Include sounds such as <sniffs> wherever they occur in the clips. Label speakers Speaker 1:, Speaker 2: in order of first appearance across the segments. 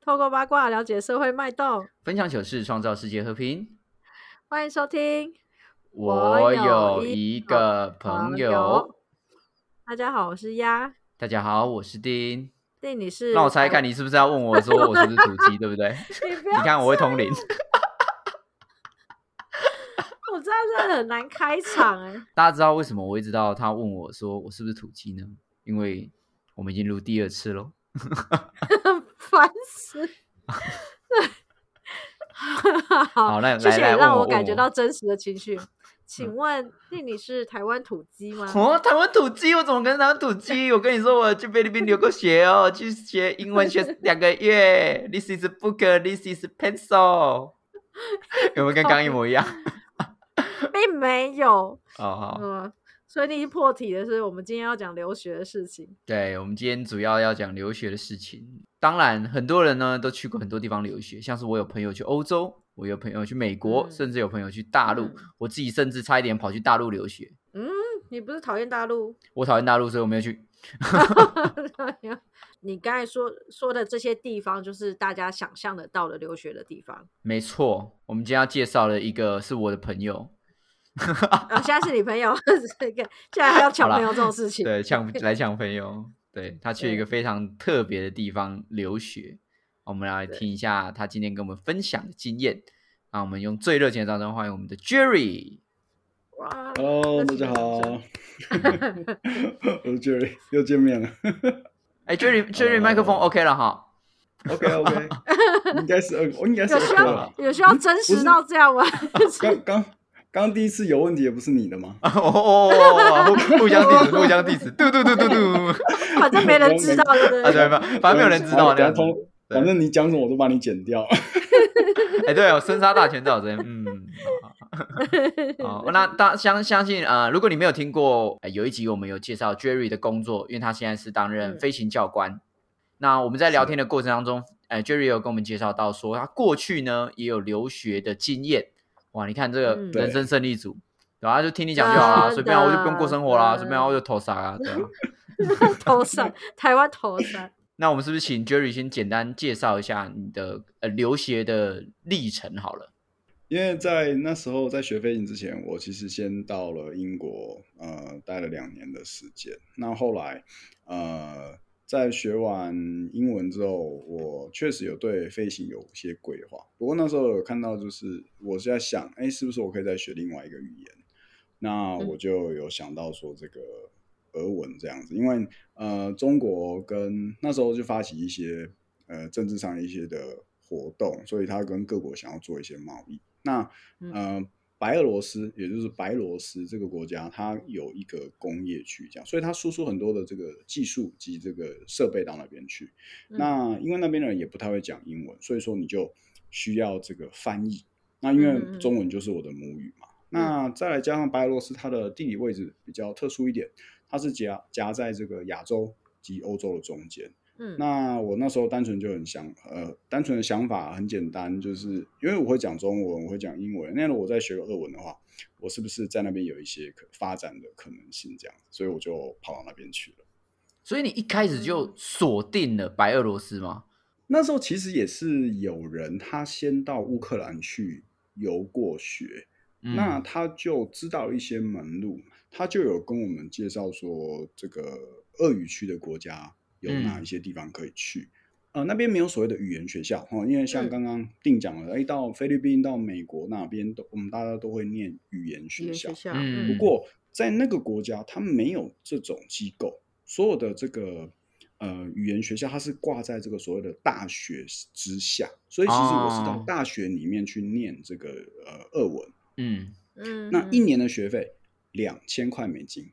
Speaker 1: 透过八卦了解社会脉动。
Speaker 2: 分享糗事，创造世界和平。
Speaker 1: 欢迎收听。
Speaker 2: 我
Speaker 1: 我
Speaker 2: 有
Speaker 1: 有
Speaker 2: 一
Speaker 1: 一
Speaker 2: 个
Speaker 1: 个
Speaker 2: 朋
Speaker 1: 朋
Speaker 2: 友
Speaker 1: 友，大家好，我是鸭。
Speaker 2: 大家好，我是丁。
Speaker 1: 对，你是？
Speaker 2: 让我猜看，你是不是要问我说我是不是土
Speaker 1: <laughs>
Speaker 2: 鸡，对不对？
Speaker 1: 你不
Speaker 2: 你
Speaker 1: 要，
Speaker 2: 看我会通灵，
Speaker 1: 我这样真的很难开场哎、
Speaker 2: 大家知道为什么我会知道他问我说我是不是土鸡呢？因为我们已经录第二次喽。
Speaker 1: <laughs> 烦死。好
Speaker 2: 好，那
Speaker 1: 谢
Speaker 2: 来
Speaker 1: 谢
Speaker 2: 来
Speaker 1: 你
Speaker 2: 问
Speaker 1: 哦让
Speaker 2: 我
Speaker 1: 我感
Speaker 2: 问
Speaker 1: 觉
Speaker 2: 我嗯
Speaker 1: 到真实的情绪。请问，那你是台湾土鸡吗？
Speaker 2: 哦，台湾土鸡，我怎么跟台湾土鸡？我跟你说，我去菲律宾留过学哦，去学英文学两个月。This is book, this is pencil。有没有跟刚刚一模一样？
Speaker 1: 并没有。
Speaker 2: 哦，好，
Speaker 1: 嗯，所以你已经破题了，所以我们今天要讲留学的事情。
Speaker 2: 对，我们今天主要要讲留学的事情。当然，很多人呢都去过很多地方留学，像是我有朋友去欧洲，我有朋友去美国，
Speaker 1: 嗯
Speaker 2: 甚至有朋友去大陆。
Speaker 1: 嗯
Speaker 2: 我自己甚至差一点跑去大陆留学。
Speaker 1: 你不是讨厌大陆？
Speaker 2: 我讨厌大陆，所以我没有去。
Speaker 1: <laughs> 你刚才说说的这些地方，就是大家想象得到的留学的地方。
Speaker 2: 没错，我们今天要介绍的一个是我的朋友，
Speaker 1: 啊，现在是你朋友， <laughs> 这个现在还要抢
Speaker 2: 好啦
Speaker 1: 朋友这种事情。<laughs>
Speaker 2: 对，抢来抢朋友，对他去一个
Speaker 1: 对
Speaker 2: 非常特别的地方留学。我们来
Speaker 1: 对
Speaker 2: 听一下他今天跟我们分享的经验。那我们用最热情的掌声欢迎我们的 Jerry。
Speaker 1: 哇，那
Speaker 3: Hello，大
Speaker 1: 请
Speaker 3: 家
Speaker 1: 掌
Speaker 3: 好，
Speaker 1: 声
Speaker 3: 我 <laughs> 是 Jerry，又见面了。
Speaker 2: 哎，Jerry，Jerry，麦克风
Speaker 3: 哦
Speaker 2: OK 了哈。
Speaker 3: OK OK，应 <laughs> 该是我应该是
Speaker 1: 有需
Speaker 3: OK
Speaker 1: 要
Speaker 3: 了。
Speaker 1: 有需要真实到这样吗？ <laughs>
Speaker 3: 刚刚刚第一次有问题的不是你的
Speaker 2: 啊
Speaker 3: 吗？
Speaker 2: 哦，互互相 diss，互相 diss，嘟嘟嘟嘟嘟，
Speaker 1: 反正没人知道，对不对？
Speaker 2: 啊对吧？反正没有人知道
Speaker 3: 反
Speaker 2: 那样
Speaker 3: 正
Speaker 2: 子。
Speaker 3: 通反正你讲什么我都把你剪掉。
Speaker 2: 哎，对哦，生杀大权在我这边。嗯，好，好那当相相信啊，呃如果你没有听过，呃有一集我们有介绍 Jerry 的工作，因为他现在是担任
Speaker 1: 嗯
Speaker 2: 飞行教官。那我们在聊天的过程当中，哎，Jerry 有跟我们介绍到说，他过去呢也有留学的经验。哇，你看这个
Speaker 1: 嗯
Speaker 2: 人生胜利组，然后就听你讲就好了，
Speaker 1: 真
Speaker 2: 随便啊我就不用
Speaker 1: 的
Speaker 2: 过生活啦，
Speaker 1: 真
Speaker 2: 随便啊我就投啥啊，对啊。
Speaker 1: 头上，台湾头上。
Speaker 2: 那我们是不是请 Jerry 先简单介绍一下你的呃留学的历程好了？
Speaker 3: 因为在那时候在学飞行之前，我其实先到了英国，呃，待了两年的时间。那后来，呃，在学完英文之后，我确实有对飞行有些规划。不过那时候有看到，就是我是在想，哎，是不是我可以再学另外一个语言？那我就有想到说这个俄文这样子，因为呃，中国跟那时候就发起一些呃政治上一些的活动，所以他跟各国想要做一些贸易。那
Speaker 1: 嗯
Speaker 3: 呃，白俄罗斯也就是白罗斯这个国家，它有一个工业区这样，所以它输出很多的这个技术及这个设备到那边去。
Speaker 1: 嗯
Speaker 3: 那因为那边的人也不太会讲英文，所以说你就需要这个翻译。那因
Speaker 1: 嗯嗯
Speaker 3: 为
Speaker 1: 嗯
Speaker 3: 中文就是我的母语嘛，那再来加上白俄罗斯它的地理位置比较特殊一点，它是夹夹在这个亚洲及欧洲的中间。
Speaker 1: 嗯，
Speaker 3: 那我那时候单纯就很想，呃，单纯的想法很简单，就是因为我会讲中文，我会讲英文，那如果我再学个俄文的话，我是不是在那边有一些可发展的可能性？这样，所以我就跑到那边去了。
Speaker 2: 所以你一开始就
Speaker 1: 嗯
Speaker 2: 锁定了白俄罗斯吗？
Speaker 3: 那时候其实也是有人他先到乌克兰去游过学，
Speaker 2: 嗯
Speaker 3: 那他就知道一些门路，他就有跟我们介绍说，这个俄语区的国家有哪一些地方可以去。呃，那边没有所谓的语言学校哦，因为像
Speaker 1: 嗯
Speaker 3: 刚刚定讲了，哎、到菲律宾、到美国那边都，我们大家都会念语言
Speaker 1: 语
Speaker 3: 学
Speaker 1: 言
Speaker 3: 校。
Speaker 1: 学校，
Speaker 2: 嗯
Speaker 3: 不过在那个国家，它没有这种机构，所有的这个呃语言学校，它是挂在这个所谓的大学之下，所以其实我是到
Speaker 2: 哦
Speaker 3: 大学里面去念这个呃俄文，
Speaker 2: 嗯，
Speaker 1: 嗯，
Speaker 3: 那一年的学费两千块美金，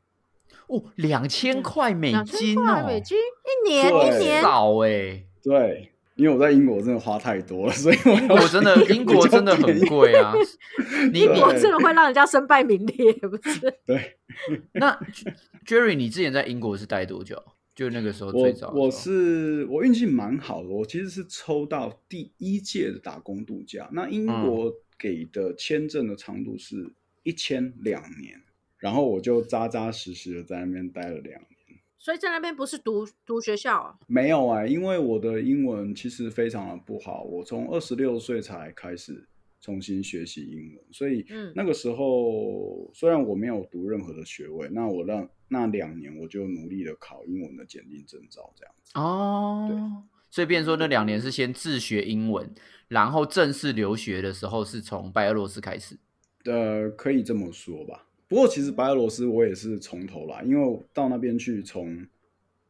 Speaker 2: 哦，两千
Speaker 1: 嗯
Speaker 2: 块美
Speaker 1: 两千
Speaker 2: 金
Speaker 1: 块
Speaker 2: 哦，
Speaker 1: 美金一年
Speaker 3: 对
Speaker 1: 一年，
Speaker 2: 少哎、
Speaker 3: 对。因为我在英国真的花太多了，所以我
Speaker 2: 英
Speaker 3: 要
Speaker 2: 国
Speaker 1: <laughs>
Speaker 2: 真的，英国真的很贵啊。你
Speaker 1: 英
Speaker 2: 你
Speaker 1: 国真的会让人家身败名裂，不
Speaker 3: <laughs>
Speaker 1: 是？
Speaker 3: 对，
Speaker 2: 那 Jerry，你之前在英国是待多久？就那个时候最
Speaker 3: 我
Speaker 2: 早的时候
Speaker 3: 我是我运气蛮好的，我其实是抽到第一届的打工度假。那英
Speaker 2: 嗯
Speaker 3: 国给的签证的长度是一千两年，然后我就扎扎实实的在那边待了两年。
Speaker 1: 所以在那边不是读读学校啊？
Speaker 3: 没有哎、因为我的英文其实非常的不好，我从二十六岁才开始重新学习英文，所以
Speaker 1: 嗯
Speaker 3: 那个时候虽然我没有读任何的学位，那我让那两年我就努力的考英文的检定证照，这样子。
Speaker 2: 哦，所以变成说那两年是先自学英文，然后正式留学的时候是从白俄罗斯开始。
Speaker 3: 呃，可以这么说吧。不过其实白俄罗斯我也是从头来，因为我到那边去从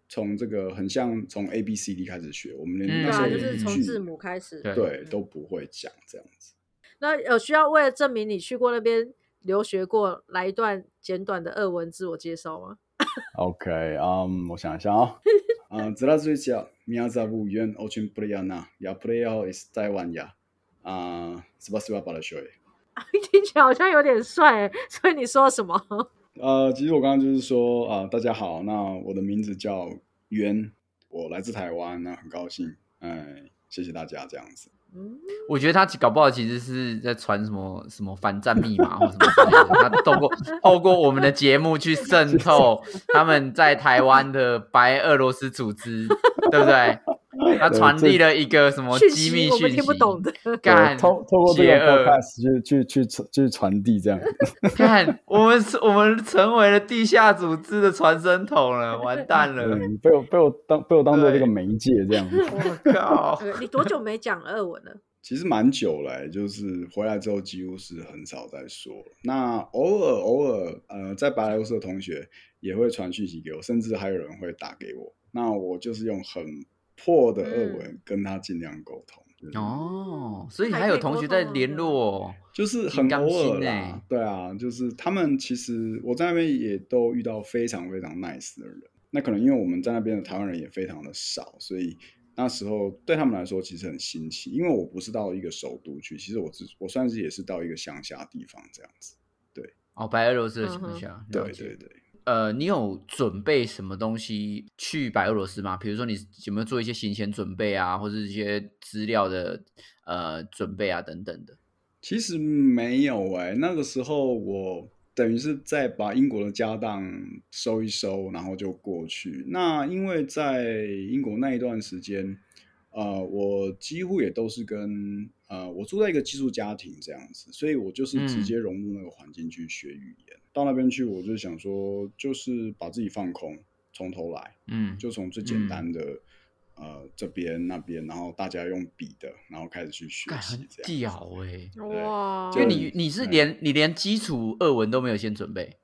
Speaker 3: 从这个很像从 A B C D 开始学，我们连
Speaker 2: 嗯
Speaker 1: 对
Speaker 3: 那时
Speaker 1: 啊，
Speaker 3: 候
Speaker 1: 就
Speaker 3: 连
Speaker 1: 是从
Speaker 3: 句
Speaker 1: 字母开始。
Speaker 2: 对
Speaker 3: 对
Speaker 1: 嗯
Speaker 3: 都不会讲这样子。
Speaker 1: 那有需要为了证明你去过那边留学过，来一段简短的俄文自我介绍吗？ <laughs>
Speaker 3: OK，嗯、我想一下 <laughs> 啊、嗯，Здравствуйте, меня зовут Юн, очень приятно, я приехал из Тайваня. 啊，спасибо большое。
Speaker 1: 听起来好像有点帅欸，所以你说什么？
Speaker 3: 呃，其实我刚刚就是说啊、大家好，那我的名字叫袁，我来自台湾，那很高兴，哎，谢谢大家这样子。
Speaker 1: 嗯，
Speaker 2: 我觉得他搞不好其实是在传什么什么反战密码或什么之类的，他
Speaker 1: <laughs>
Speaker 2: 透过透过我们的节目去渗透他们在台湾的白俄罗斯组织，对不对？他
Speaker 3: 对
Speaker 2: 传
Speaker 3: 这
Speaker 2: 递了一个什么
Speaker 1: 呃讯
Speaker 2: 机密
Speaker 1: 息我
Speaker 2: 讯
Speaker 1: 们
Speaker 2: 息，
Speaker 1: 听不懂的。
Speaker 2: 干
Speaker 3: 对透透过这
Speaker 2: 邪
Speaker 3: 个
Speaker 2: 恶
Speaker 3: podcast 去去去去传递
Speaker 2: <laughs>
Speaker 3: 这样。
Speaker 2: 看，我们是我们成为了地下组织的传声筒
Speaker 1: <laughs>
Speaker 2: 了，完蛋了！
Speaker 3: 嗯，被我被我当被我当做这
Speaker 2: 对
Speaker 3: 个媒介这样。
Speaker 2: 我靠，
Speaker 1: 呃你多久没讲俄文了？
Speaker 3: 其实蛮久了欸、就是回来之后几乎是很少再说了。那偶尔偶尔，呃，在白俄罗斯的同学也会传讯息给我，甚至还有人会打给我。那我就是用很破的俄文跟他尽量沟通，就是
Speaker 2: 哦，所以还有同学
Speaker 1: 啊
Speaker 2: 在联络，
Speaker 3: 就是
Speaker 2: 挺
Speaker 3: 很
Speaker 2: 刚
Speaker 3: 偶尔
Speaker 2: 性
Speaker 3: 啦。
Speaker 2: 欸
Speaker 3: 对啊，就是他们其实我在那边也都遇到非常非常 nice 的人。那可能因为我们在那边的台湾人也非常的少，所以那时候对他们来说其实很新奇。因为我不是到一个首都去，其实我只我算是也是到一个乡下地方这样子。
Speaker 2: 哦，白俄罗斯的情
Speaker 1: 嗯
Speaker 2: 况
Speaker 1: 哼
Speaker 2: 下，了
Speaker 3: 对
Speaker 2: 解
Speaker 3: 对对。
Speaker 2: 呃，你有准备什么东西去白俄罗斯吗？比如说你有没有做一些行前准备啊，或者一些资料的呃准备啊等等的？
Speaker 3: 其实没有哎、那个时候我等于是在把英国的家当收一收，然后就过去。那因为在英国那一段时间，呃，我几乎也都是跟呃，我住在一个寄宿家庭这样子，所以我就是直
Speaker 2: 嗯
Speaker 3: 接融入那个环境去学语言。到那边去，我就想说，就是把自己放空，从头来。
Speaker 2: 嗯，
Speaker 3: 就从最简单的、呃这边那边，然后大家用笔的，然后开始去学
Speaker 2: 干
Speaker 3: 习
Speaker 2: 很
Speaker 3: 这样子。
Speaker 2: 屌哎、
Speaker 1: 哇，
Speaker 2: 因为
Speaker 3: 就
Speaker 2: 你你是连你连基础俄文都没有先准备，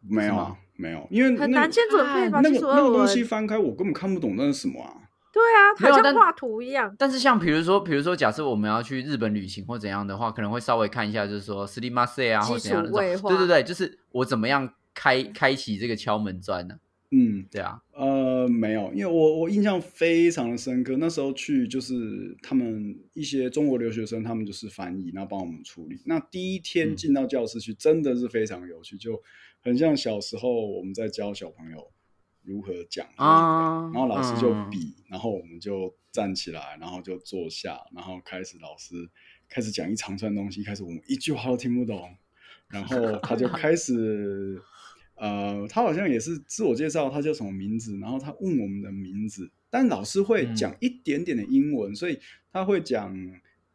Speaker 3: 没有
Speaker 2: 是
Speaker 3: 啊
Speaker 2: 吗，
Speaker 3: 没有，因为那
Speaker 1: 很
Speaker 3: 个
Speaker 1: 难先准备吧？
Speaker 3: 那
Speaker 1: 其
Speaker 3: 个
Speaker 1: 实
Speaker 3: 那
Speaker 1: 俄
Speaker 3: 个
Speaker 1: 文
Speaker 3: 东西翻开，我根本看不懂那是什么啊。
Speaker 1: 对啊，
Speaker 2: 没有
Speaker 1: 好像
Speaker 2: 但
Speaker 1: 画图一样。
Speaker 2: 但是像比如说，比如说，假设我们要去日本旅行或怎样的话，可能会稍微看一下，就是说 s l i m a s e 啊，
Speaker 1: 基
Speaker 2: 或怎样的
Speaker 1: 础
Speaker 2: 那
Speaker 1: 绘
Speaker 2: 种，
Speaker 1: 画
Speaker 2: 对对对，就是我怎么样开开启这个敲门砖呢、
Speaker 3: 嗯，
Speaker 2: 对啊，
Speaker 3: 呃，没有，因为我我印象非常的深刻，那时候去就是他们一些中国留学生，他们就是翻译，然后帮我们处理。那第一天
Speaker 2: 嗯
Speaker 3: 进到教室去，真的是非常有趣，就很像小时候我们在教小朋友如何讲
Speaker 2: 啊
Speaker 3: 然后老师就
Speaker 2: 嗯
Speaker 3: 比，然后我们就站起来，然后就坐下，然后开始老师开始讲一长串东西，开始我们一句话都听不懂，然后他就开始，呃，他好像也是自我介绍，他叫什么名字，然后他问我们的名字，但老师会
Speaker 2: 嗯
Speaker 3: 讲一点点的英文，所以他会讲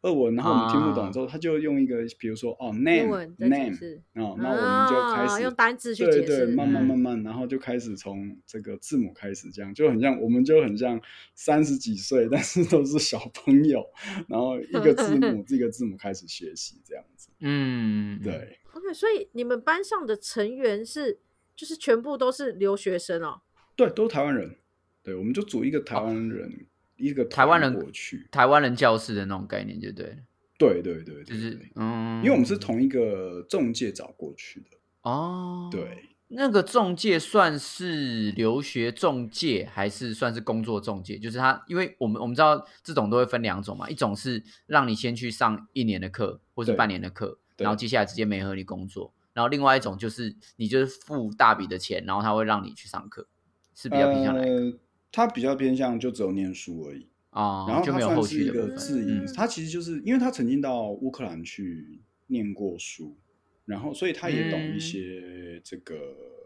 Speaker 3: 俄文，然后我们听不
Speaker 2: 啊
Speaker 3: 懂之后，他就用一个比如说哦
Speaker 1: 英
Speaker 3: name
Speaker 1: 文再解
Speaker 3: name，
Speaker 1: 释，
Speaker 3: 哦，那我们就开
Speaker 1: 啊，
Speaker 3: 始
Speaker 1: 用单字去
Speaker 3: 对
Speaker 1: 解
Speaker 3: 对，
Speaker 1: 释，
Speaker 3: 慢慢
Speaker 1: 嗯
Speaker 3: 慢慢，然后就开始从这个字母开始，这样就很像，我们就很像三十几岁，但是都是小朋友，然后一个字
Speaker 1: <laughs>
Speaker 3: 母一个字母开始学习这样子。
Speaker 2: 嗯，
Speaker 3: 对，
Speaker 1: OK，所以你们班上的成员是就是全部都是留学生哦。
Speaker 3: 对，都是台湾人，对，我们就组一个台湾人，一个
Speaker 2: 哦台湾人
Speaker 3: 过去，
Speaker 2: 台湾人教室的那种概念就对了，
Speaker 3: 对对对对
Speaker 2: 就
Speaker 3: 对，
Speaker 2: 是
Speaker 3: 对
Speaker 2: 嗯，
Speaker 3: 因为我们是同一个中介找过去的，
Speaker 2: 哦，
Speaker 3: 对，，
Speaker 2: 那个中介算是留学中介，还是算是工作中介？就是他，因为我们我们知道这种都会分两种嘛，一种是让你先去上一年的课或是
Speaker 3: 对
Speaker 2: 半年的课，
Speaker 3: 对
Speaker 2: 然后接下来直接没和你工作，然后另外一种就是你就是付大笔的钱，然后他会让你去上课，是哦比较偏向哪一个
Speaker 3: 呃，他比较偏向就只有念书而已，
Speaker 2: 啊、
Speaker 3: 呃然后
Speaker 2: 就
Speaker 3: 他
Speaker 2: 没有
Speaker 3: 算
Speaker 2: 后
Speaker 3: 是
Speaker 2: 续
Speaker 3: 一
Speaker 2: 的部
Speaker 3: 个
Speaker 2: 分。
Speaker 3: 自营
Speaker 1: 嗯，
Speaker 3: 他其实就是因为他曾经到乌克兰去念过书，然后所以他也懂一
Speaker 2: 嗯
Speaker 3: 些这个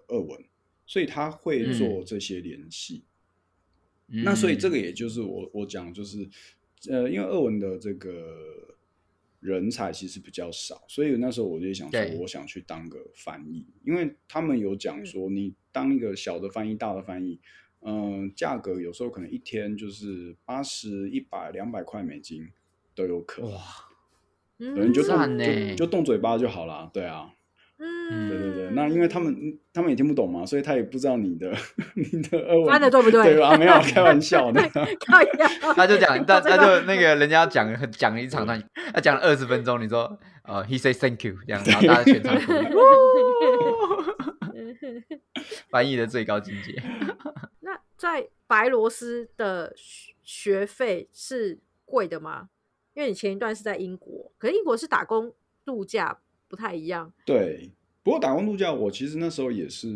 Speaker 3: 俄文，所以他会
Speaker 2: 嗯
Speaker 3: 做这些联系。
Speaker 2: 嗯
Speaker 3: 那所以这个也就是我我讲就是，呃，因为俄文的这个人才其实比较少，所以那时候我就想说
Speaker 2: 对，
Speaker 3: 我想去当个翻译，因为他们有讲说，你当一个小的翻译、大的翻译，嗯、价格有时候可能一天就是八十、一百、两百块美金都有可能，
Speaker 2: 哇，
Speaker 1: 嗯
Speaker 3: 可能就动
Speaker 2: 赞欸
Speaker 3: 就就动嘴巴就好啦，对啊，
Speaker 1: 嗯，
Speaker 3: 对对对，那因为他们他们也听不懂嘛，所以他也不知道你的 <laughs> 你的俄文
Speaker 1: 翻的对不对？
Speaker 3: 对吧？没有开玩笑
Speaker 1: <laughs>
Speaker 3: 的。 <laughs>
Speaker 1: 靠腰
Speaker 2: 他
Speaker 1: <laughs>
Speaker 2: 就讲，他
Speaker 1: 我真
Speaker 2: 他
Speaker 1: 的
Speaker 2: 就那个人家讲讲一场，他他讲了二十分钟，你说呃，he say thank you 这样，然后大家全场鼓励
Speaker 1: <laughs>
Speaker 2: <laughs> 翻译的最高境界。
Speaker 1: 那在白罗斯的学学费是贵的吗？因为你前一段是在英国，可是英国是打工度假，不太一样。
Speaker 3: 对，不过打工度假，我其实那时候也是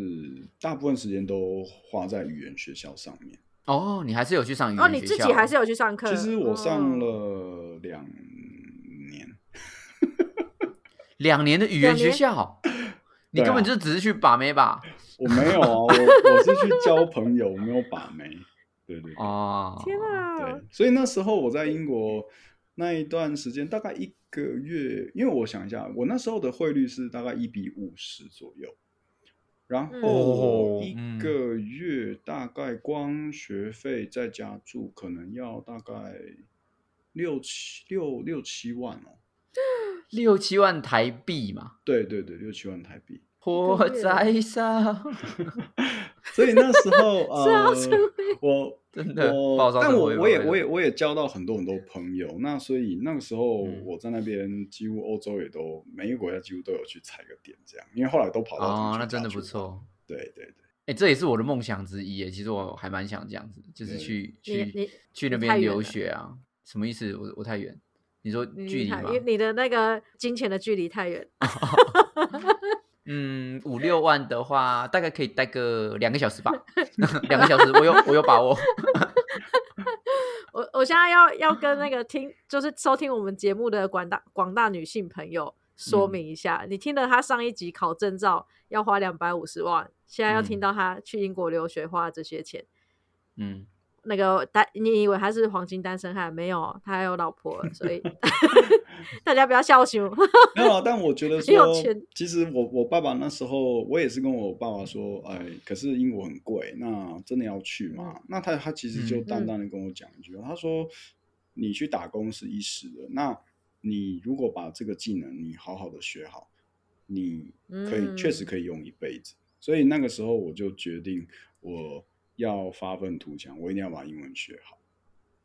Speaker 3: 大部分时间都花在语言学校上面。
Speaker 2: 哦，你还是有去上语言
Speaker 1: 哦，你
Speaker 2: 学
Speaker 1: 自己
Speaker 2: 校
Speaker 1: 还是有去上课？
Speaker 3: 其实我
Speaker 1: 哦
Speaker 3: 上了两年，
Speaker 2: 两年的语言学校， <sniffs> 你
Speaker 3: 对啊
Speaker 2: 根本就只是去把妹吧？
Speaker 3: 我没有啊，我我是去交朋友，我没有把妹。对对对
Speaker 2: 哦，
Speaker 1: 天啊
Speaker 3: 对！，所以那时候我在英国那一段时间，大概一个月，因为我想一下，我那时候的汇率是大概一比五十左右，然
Speaker 1: 嗯
Speaker 3: 后我
Speaker 2: 哦
Speaker 3: 一
Speaker 2: 嗯
Speaker 3: 个月大概光学费再加住，可能要大概六七六六七万哦。
Speaker 2: 六七万台币嘛，
Speaker 3: 对对对，六七万台币。
Speaker 2: 火在上，
Speaker 3: 所以那时 <laughs> 候
Speaker 1: 是啊
Speaker 3: 呃
Speaker 1: 是啊，
Speaker 3: 我
Speaker 2: <laughs> 真的
Speaker 3: 我
Speaker 2: 爆烧
Speaker 3: 但
Speaker 2: 成
Speaker 3: 我
Speaker 2: 灰
Speaker 3: 我
Speaker 2: 灰
Speaker 3: 也
Speaker 2: 的
Speaker 3: 我也我也交到很多很多朋友，那所以那个时候
Speaker 2: 嗯
Speaker 3: 我在那边几乎欧洲也都每一个国家几乎都有去踩个点这样，因为后来都跑到
Speaker 2: 哦
Speaker 3: 同，学
Speaker 2: 那真
Speaker 3: 家
Speaker 2: 的
Speaker 3: 去
Speaker 2: 不
Speaker 3: 玩。
Speaker 2: 错。
Speaker 3: 对对对，
Speaker 2: 哎、这也是我的梦想之一耶。其实我还蛮想这样子，就是
Speaker 3: 对
Speaker 2: 去
Speaker 1: 嗯你你
Speaker 2: 去去那
Speaker 1: 你太
Speaker 2: 边
Speaker 1: 远
Speaker 2: 留
Speaker 1: 了
Speaker 2: 学啊。什么意思？我我太远？你说
Speaker 1: 你
Speaker 2: 距离
Speaker 1: 太
Speaker 2: 吗？
Speaker 1: 你的那个金钱的距离太远，
Speaker 2: 嗯，
Speaker 1: <laughs>
Speaker 2: 五六万的话，大概可以待个两个小时吧。两个小时，我有我有把握。 <laughs>
Speaker 1: 我我现在要要跟
Speaker 3: 啊
Speaker 1: 那个听，就是收听我们节目的广大广大女性朋友说
Speaker 3: 嗯
Speaker 1: 明一下，你听了他上一集考证照要花两百五十万，现在要听
Speaker 2: 嗯
Speaker 1: 到他去英国留学花了这些钱，
Speaker 2: 嗯，
Speaker 1: 那个单，你以为他是黄金单身汉？没有，啊他还有老婆了，
Speaker 3: <laughs>
Speaker 1: 所以 <laughs> 大家不要笑我。
Speaker 3: 没有啊，但我觉得
Speaker 1: 很有
Speaker 3: 说
Speaker 1: 钱，
Speaker 3: 其实我我爸爸那时候我也是跟我爸爸说，哎，可是英国很贵，那真的要去吗？那他他其实就
Speaker 2: 嗯
Speaker 3: 淡淡的跟我讲一句，他说你去打工是一时的，那你如果把这个技能你好好的学好，你可以、
Speaker 1: 嗯
Speaker 3: 确实可以用一辈子。所以那个时候我就决定我要发愤图强，我一定要把英文学好，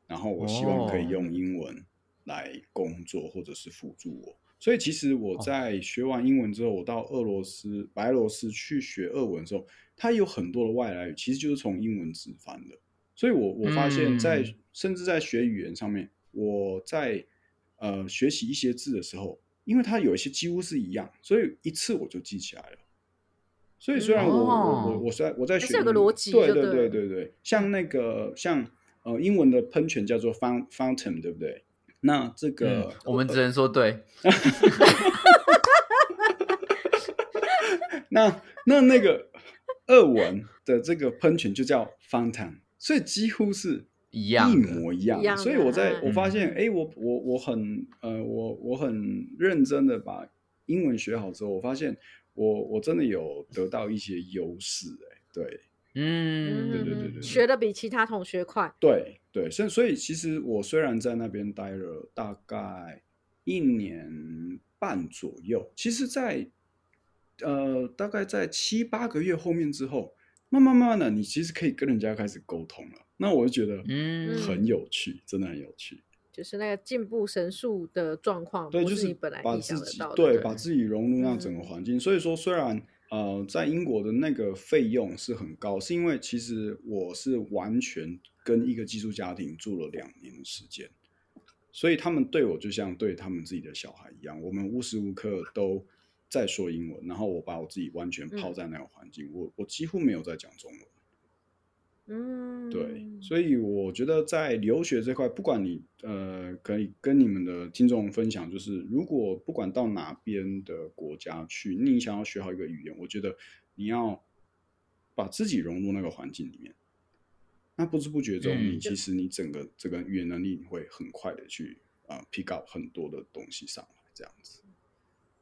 Speaker 3: 然后我希望可以
Speaker 2: 哦
Speaker 3: 用英文来工作或者是辅助我。所以其实
Speaker 2: 哦
Speaker 3: 我在学完英文之后，我到俄罗斯、白罗斯去学俄文的时候，它有很多的外来语，其实就是从英文直翻的。所以我我发现在，
Speaker 2: 嗯
Speaker 3: 甚至在学语言上面，我在呃学习一些字的时候，因为它有一些几乎是一样，所以一次我就记起来了。所以虽然我、我
Speaker 2: 哦
Speaker 3: 我我在我在
Speaker 1: 还
Speaker 3: 学
Speaker 1: 是有个
Speaker 3: 英文
Speaker 1: 逻辑
Speaker 3: 对
Speaker 1: 就
Speaker 3: 对
Speaker 1: 对了
Speaker 3: 对对对，像那个像呃英文的喷泉叫做 foun- fountain，对不对？那这个、
Speaker 2: 嗯我们只能说对。
Speaker 3: 那那那个俄文的这个喷泉就叫 fountain，所以几乎是
Speaker 2: 一样的
Speaker 3: 模一样
Speaker 1: 一样的
Speaker 3: 所以我在
Speaker 1: 嗯
Speaker 3: 我发现，哎、我我我很呃，我我很认真的把英文学好之后，我发现我我真的有得到一些优势、哎，对
Speaker 2: 嗯，
Speaker 3: 对对对对
Speaker 1: 学的比其他同学快。
Speaker 3: 对对，所以所以其实我虽然在那边待了大概一年半左右，其实在，呃大概在七八个月后面之后，慢慢慢慢的，你其实可以跟人家开始沟通了。那我就觉得，
Speaker 2: 嗯
Speaker 3: 很有趣，真的很有趣。
Speaker 1: 就是那个进步神速的状况，
Speaker 3: 对，
Speaker 1: 不
Speaker 3: 就是
Speaker 1: 你本来
Speaker 3: 把
Speaker 1: 意
Speaker 3: 自
Speaker 1: 想得
Speaker 3: 己
Speaker 1: 到的。嗯
Speaker 3: 对
Speaker 2: 对
Speaker 3: 把自己融入那整个环境。所以说，虽然呃，在英国的那个费用是很高，是因为其实我是完全跟一个寄宿家庭住了两年的时间，所以他们对我就像对他们自己的小孩一样，我们无时无刻都在说英文，然后我把我自己完全泡在那个环境，我我几乎没有在讲中文。
Speaker 1: 嗯，
Speaker 3: 对，所以我觉得在留学这块，不管你呃，可以跟你们的听众分享，就是如果不管到哪边的国家去，你想要学好一个语言，我觉得你要把自己融入那个环境里面。那不知不觉中，
Speaker 2: 嗯
Speaker 3: 你其实你整个这个语言能力，你会很快的去呃 pick up 很多的东西上来，这样子。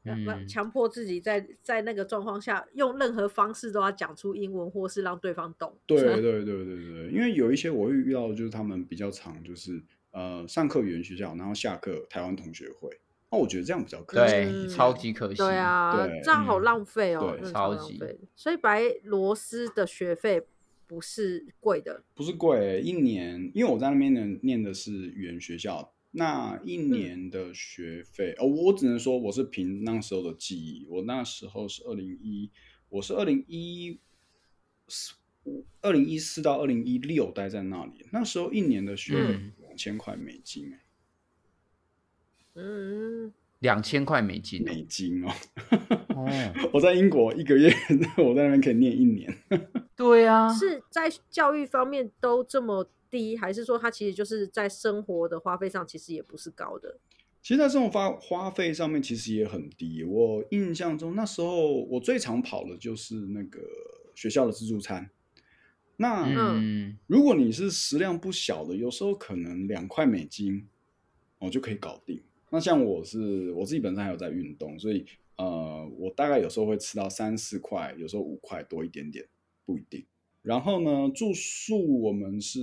Speaker 1: 要不然
Speaker 2: 嗯
Speaker 1: 强迫自己在在那个状况下，用任何方式都要讲出英文，或是让对方懂。
Speaker 3: <laughs> 对对对对对，因为有一些我会遇到，就是他们比较常就是呃上课语言学校，然后下课台湾同学会，那我觉得这样比较可惜一
Speaker 2: 对，
Speaker 3: 点。
Speaker 1: 嗯
Speaker 2: 超级可惜。
Speaker 1: 对啊，
Speaker 3: 对
Speaker 1: 这样好
Speaker 2: 嗯
Speaker 1: 浪费哦，
Speaker 3: 对
Speaker 1: 真的超
Speaker 2: 超
Speaker 1: 浪
Speaker 2: 级
Speaker 1: 费的。所以白罗斯的学费不是贵的，
Speaker 3: 不是贵、一年，因为我在那边念念的是语言学校，那一
Speaker 2: 嗯
Speaker 3: 年的学费，哦，我只能说我是凭那时候的记忆，我那时候是二零一，我是二零一四，二零一四到二零一六待在那里，那时候一年的学费
Speaker 2: 嗯
Speaker 3: 两千块美金、欸
Speaker 1: 嗯，
Speaker 2: 两千块美金
Speaker 3: 美金哦，
Speaker 2: 哦。
Speaker 3: <laughs> 我在英国一个月，我在那边可以念一年。
Speaker 2: 对啊，
Speaker 1: 是在教育方面都这么低，还是说他其实就是在生活的花费上其实也不是高的？
Speaker 3: 其实，在这种花花费上面，其实也很低。我印象中，那时候我最常跑的就是那个学校的自助餐。那、
Speaker 2: 嗯，
Speaker 3: 如果你是食量不小的，有时候可能两块美金，我、就可以搞定。那像我是我自己本身还有在运动，所以呃，我大概有时候会吃到三四块，有时候五块多一点点，不一定。然后呢，住宿我们是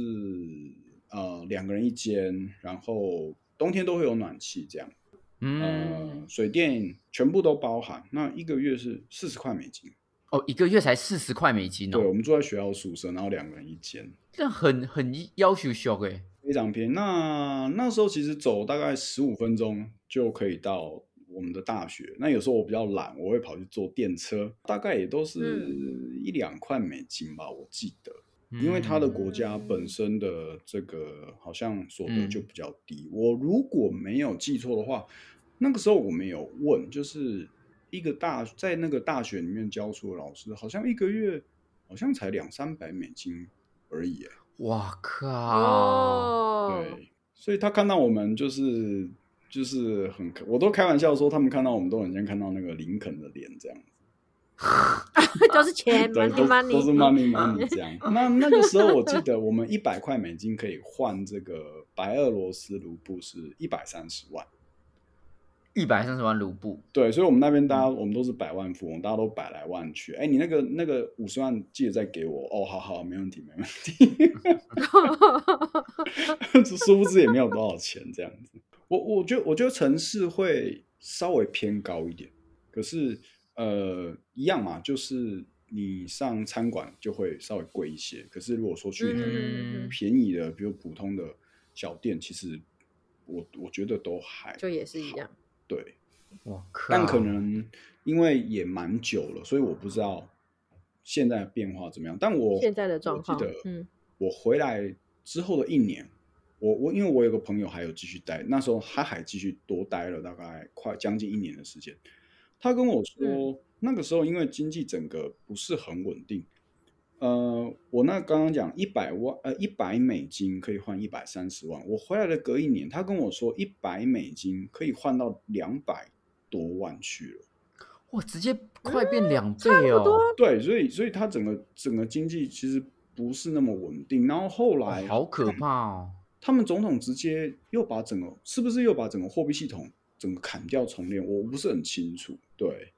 Speaker 3: 呃两个人一间，然后冬天都会有暖气这样，呃
Speaker 2: 嗯，，
Speaker 3: 水电全部都包含。那一个月是四十块美金，
Speaker 2: 哦，一个月才四十块美金
Speaker 3: 对我
Speaker 2: 哦，
Speaker 3: 们住在学校宿舍，然后两个人一间，
Speaker 2: 这很很要求小哎。
Speaker 3: 非常便宜。那那时候其实走大概十五分钟就可以到我们的大学。那有时候我比较懒，我会跑去坐电车，大概也都是一两块美金吧，我记得。因为
Speaker 2: 嗯
Speaker 3: 他的国家本身的这个好像所得就比较低。我如果没有记错的话，那个时候我们有问，就是一个大在那个大学里面教书的老师，好像一个月好像才两三百美金而已耶。
Speaker 2: 哇靠，
Speaker 1: 哦，
Speaker 3: 对，所以他看到我们就是就是很，我都开玩笑说，他们看到我们都很像看到那个林肯的脸这样，
Speaker 1: <laughs> 都是钱
Speaker 3: 对，
Speaker 1: 嗯，money
Speaker 3: 都都是
Speaker 1: money，嗯
Speaker 3: money money 这
Speaker 1: <laughs>
Speaker 3: 样。那那个时候我记得，我们一百块美金可以换这个白俄罗斯卢布是一百三十万，
Speaker 2: 一百三十万卢布，
Speaker 3: 对，所以我们那边
Speaker 1: 嗯
Speaker 3: 大家我们都是百万富翁，大家都百来万去。哎，你那个那个五十万记得再给我哦，好好，没问题没问题。 <laughs> 殊不知也没有多少钱这样子。我我觉得我觉得城市会稍微偏高一点，可是呃一样嘛，就是你上餐馆就会稍微贵一些。可是如果说去
Speaker 1: 嗯
Speaker 3: 很便宜的，比如普通的小店，其实我我觉得都还
Speaker 1: 就也是一样。
Speaker 3: 对，
Speaker 2: 哇靠，
Speaker 3: 但可能因为也蛮久了，所以我不知道现在的变化怎么样。但我
Speaker 1: 现在的状况
Speaker 3: 我记得，
Speaker 1: 嗯，
Speaker 3: 我回来之后的一年，我我因为我有个朋友还有继续待，那时候他还继续多待了大概快将近一年的时间。他跟我说，那个时候因为经济整个不是很稳定，呃，我那刚刚讲一百万，呃，一百美金可以换一百三十万。我回来的隔一年，他跟我说一百美金可以换到两百多万去了。
Speaker 2: 哇，直接快变两
Speaker 1: 差不
Speaker 2: 倍哦，
Speaker 1: 多
Speaker 3: 对，所以所以它整个整个经济其实不是那么稳定。然后后来、
Speaker 2: 哦好可怕哦。
Speaker 3: 他们总统直接又把整个是不是又把整个货币系统整个砍掉重练？我不是很清楚。对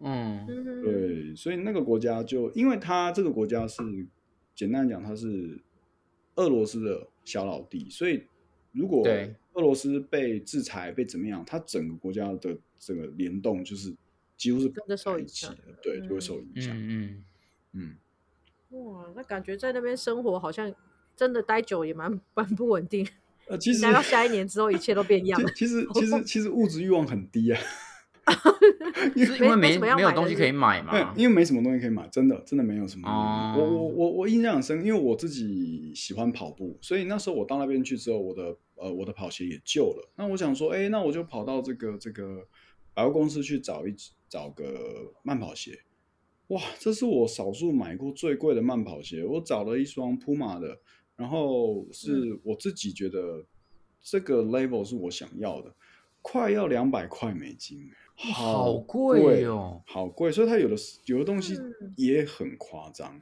Speaker 2: 嗯，
Speaker 1: 嗯
Speaker 3: 对，所以那个国家就因为它这个国家是简单讲，它是俄罗斯的小老弟，所以如果
Speaker 2: 对
Speaker 3: 俄罗斯被制裁被怎么样，它整个国家的这个联动就是几乎是
Speaker 1: 跟着受
Speaker 3: 排
Speaker 1: 影
Speaker 3: 挤
Speaker 1: 响
Speaker 3: 的，对，就会
Speaker 1: 嗯
Speaker 3: 受影响。
Speaker 2: 嗯
Speaker 3: 嗯
Speaker 1: 哇，那感觉在那边生活好像真的待久也蛮蛮不稳定。
Speaker 3: 呃，其实
Speaker 1: 待到下一年之后，一切都变一样了。
Speaker 3: 其其实
Speaker 1: <laughs>
Speaker 3: 其实其实物质欲望很低啊，
Speaker 2: 嗯，是因为
Speaker 1: 没没
Speaker 2: 没
Speaker 1: 什么要买
Speaker 2: 没有
Speaker 1: 的
Speaker 2: 东西可以买嘛？
Speaker 3: 嗯，因为没什么东西可以买，真的真的没有什么。
Speaker 2: 哦
Speaker 3: 我我我我印象很深，因为我自己喜欢跑步，所以那时候我到那边去之后，我的呃我的跑鞋也旧了。那我想说，哎，那我就跑到这个这个百货公司去找一找个慢跑鞋。哇，这是我少数买过最贵的慢跑鞋，我找了一双 Puma 的，然后
Speaker 2: 嗯
Speaker 3: 是我自己觉得这个 level 是我想要的，快要两百块美金，
Speaker 2: 好
Speaker 3: 贵
Speaker 2: 贵哦
Speaker 3: 好贵，所以它有的有的东西
Speaker 1: 嗯
Speaker 3: 也很夸张。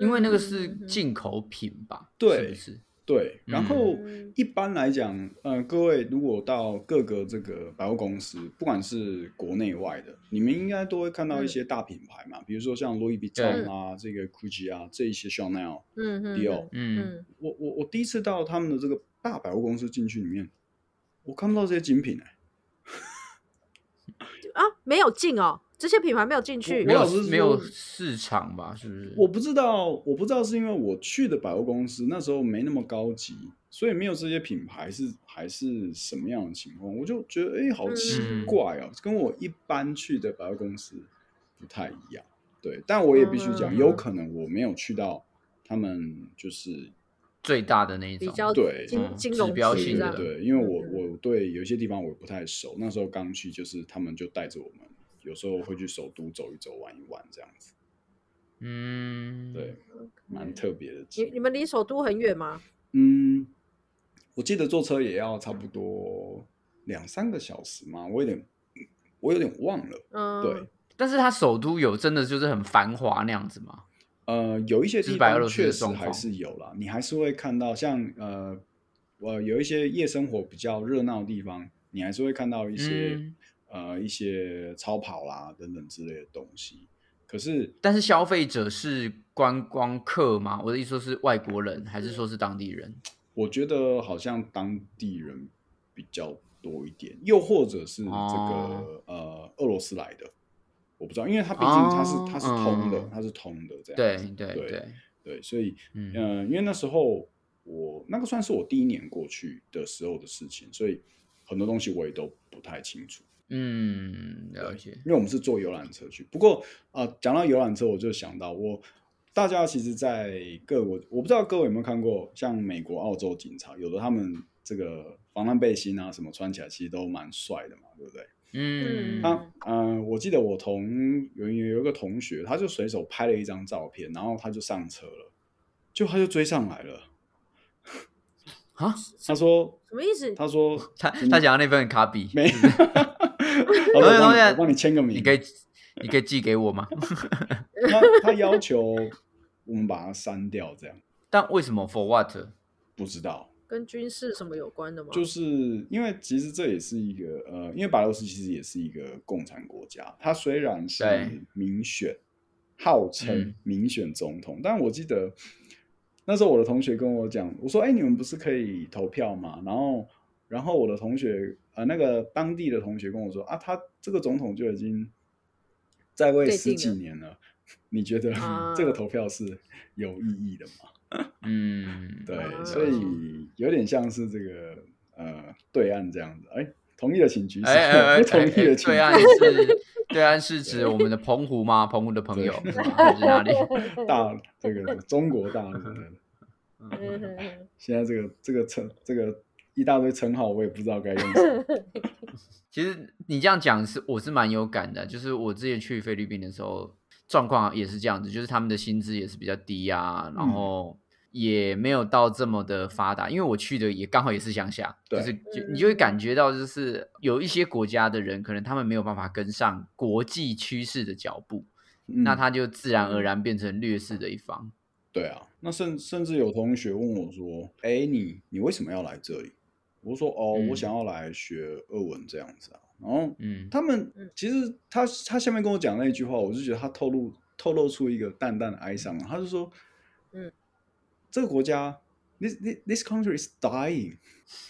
Speaker 2: 因为那个
Speaker 1: 嗯
Speaker 2: 是
Speaker 1: 嗯嗯嗯
Speaker 2: 进口品吧？
Speaker 3: 对
Speaker 2: 是不是？
Speaker 3: 对，然后
Speaker 1: 嗯
Speaker 3: 一般来讲，呃，各位如果到各个这个百货公司，不管是国内外的，你们应该都会看到一些大品牌嘛，比如说像 Louis Vuitton 啊、这个 Gucci 啊这一些 Chanel、
Speaker 1: 嗯嗯
Speaker 3: Dior。
Speaker 2: 嗯，
Speaker 1: 嗯，
Speaker 3: 我我我第一次到他们的这个大百货公司进去里面，我看不到这些精品哎、
Speaker 1: 啊，没有进哦，这些品牌没有进去
Speaker 2: 没
Speaker 3: 我老
Speaker 2: 有
Speaker 3: 实说
Speaker 2: 没有市场吧？是不是？
Speaker 3: 我不知道，我不知道是因为我去的百货公司那时候没那么高级，所以没有这些品牌是还是什么样的情况，我就觉得哎、诶好奇
Speaker 2: 嗯
Speaker 3: 怪哦，跟我一般去的百货公司不太一样。对，但我也必须讲，
Speaker 1: 嗯
Speaker 3: 有可能我没有去到他们就是
Speaker 2: 最大的那一种，
Speaker 1: 比较
Speaker 3: 对
Speaker 1: 金
Speaker 2: 嗯
Speaker 1: 金
Speaker 2: 指
Speaker 1: 融
Speaker 2: 标
Speaker 1: 区
Speaker 2: 性
Speaker 1: 这
Speaker 2: 的
Speaker 1: 样
Speaker 3: 对，因为我
Speaker 1: 嗯
Speaker 3: 我对有一些地方我也不太熟，那时候刚去，就是他们就带着我们，有时候会去首都走一走、玩一玩这样子，
Speaker 2: 嗯，
Speaker 3: 对，蛮特别的经
Speaker 1: 你
Speaker 3: 验。
Speaker 1: 你们离首都很远吗？
Speaker 3: 嗯，我记得坐车也要差不多两三个小时嘛，我有点，我有点忘了。
Speaker 1: 嗯，
Speaker 3: 对，，
Speaker 2: 但是它首都有真的就是很繁华那样子吗？
Speaker 3: 呃，有一些
Speaker 2: 这
Speaker 3: 地
Speaker 2: 是白俄
Speaker 3: 方
Speaker 2: 罗斯的
Speaker 3: 确实
Speaker 2: 状
Speaker 3: 还
Speaker 2: 况
Speaker 3: 是有啦，你还是会看到像呃，呃，有一些夜生活比较热闹的地方，你还是会看到一些、
Speaker 2: 嗯
Speaker 3: 呃一些超跑啦等等之类的东西。可是
Speaker 2: 但是消费者是观光客吗？我的意思说是外国人，还是说是当地人？
Speaker 3: 我觉得好像当地人比较多一点，又或者是这个、
Speaker 2: 哦
Speaker 3: 呃俄罗斯来的，我不知道，因为它毕竟它是、
Speaker 2: 哦
Speaker 3: 它是通的
Speaker 2: 嗯，
Speaker 3: 它是通的这样
Speaker 2: 对
Speaker 3: 子。
Speaker 2: 对
Speaker 3: 对
Speaker 2: 对，
Speaker 3: 对，所以
Speaker 2: 嗯
Speaker 3: 呃，因为那时候我那个算是我第一年过去的时候的事情，所以很多东西我也都不太清楚。
Speaker 2: 嗯，了解。
Speaker 3: 因为我们是坐游览车去。不过啊、呃讲到游览车，我就想到我大家其实，在各国，我不知道各位有没有看过，像美国、澳洲警察，有的他们这个防弹背心啊什么穿起来，其实都蛮帅的嘛，对不对？
Speaker 2: 嗯，
Speaker 3: 他嗯、呃我记得我同有有有一个同学，他就随手拍了一张照片，然后他就上车了，就他就追上来了。
Speaker 2: 啊，
Speaker 3: 他说
Speaker 1: 什么意思？
Speaker 3: 他说
Speaker 2: 他他想要那份卡比， <laughs>
Speaker 3: 没，
Speaker 2: 是不是
Speaker 3: 好了我帮你我帮你签个名，
Speaker 2: 你可以你可以寄给我吗？ <laughs>
Speaker 3: 他他要求我们把它删掉，这样
Speaker 2: 但为什么 for what？
Speaker 3: 不知道。
Speaker 1: 跟军事什么有关的吗？
Speaker 3: 就是因为其实这也是一个呃，因为白俄罗斯其实也是一个共产国家，它虽然是
Speaker 2: 对
Speaker 3: 民选，号称
Speaker 2: 嗯
Speaker 3: 民选总统，但我记得那时候我的同学跟我讲，我说：“哎、你们不是可以投票吗？”然后，然后我的同学呃，那个当地的同学跟我说：“啊，他这个总统就已经在位
Speaker 1: 对
Speaker 3: 十
Speaker 1: 定
Speaker 3: 几
Speaker 1: 了
Speaker 3: 年了，你觉得
Speaker 1: 啊
Speaker 3: 这个投票是有意义的吗？”
Speaker 2: 嗯，
Speaker 3: 对，
Speaker 1: 啊
Speaker 3: 所以有点像是这个呃对岸这样子，哎，同意的请举手，
Speaker 2: 哎哎
Speaker 3: <laughs>
Speaker 2: 哎，
Speaker 3: 不同意的请举手。
Speaker 2: 对岸
Speaker 3: <laughs>
Speaker 2: 是对岸是指我们的澎湖吗？澎湖的朋友
Speaker 3: 对
Speaker 2: 还是哪里？ <laughs>
Speaker 3: 大这个中国大陆的，
Speaker 1: 嗯哼哼
Speaker 3: 现在这个这个称这个一大堆称号，我也不知道该用什么。
Speaker 2: 其实你这样讲是我是蛮有感的，啊就是我之前去菲律宾的时候，状况也是这样子，就是他们的薪资也是比较低啊，
Speaker 1: 嗯
Speaker 2: 然后也没有到这么的发达，因为我去的也刚好也是乡下，
Speaker 3: 对
Speaker 2: 就是就你就会感觉到，就是有一些国家的人可能他们没有办法跟上国际趋势的脚步，
Speaker 3: 嗯
Speaker 2: 那他就自然而然变成劣势的一方。
Speaker 3: 对啊，那甚甚至有同学问我说：“哎，你你为什么要来这里？”我说：“哦，
Speaker 2: 嗯
Speaker 3: 我想要来学俄文这样子啊。”然后
Speaker 2: 嗯，
Speaker 3: 他们
Speaker 1: 嗯
Speaker 3: 其实他他下面跟我讲那一句话，我就觉得他透露透露出一个淡淡的哀伤。啊他就说，
Speaker 1: 嗯，
Speaker 3: 这个国家，this this this country is dying，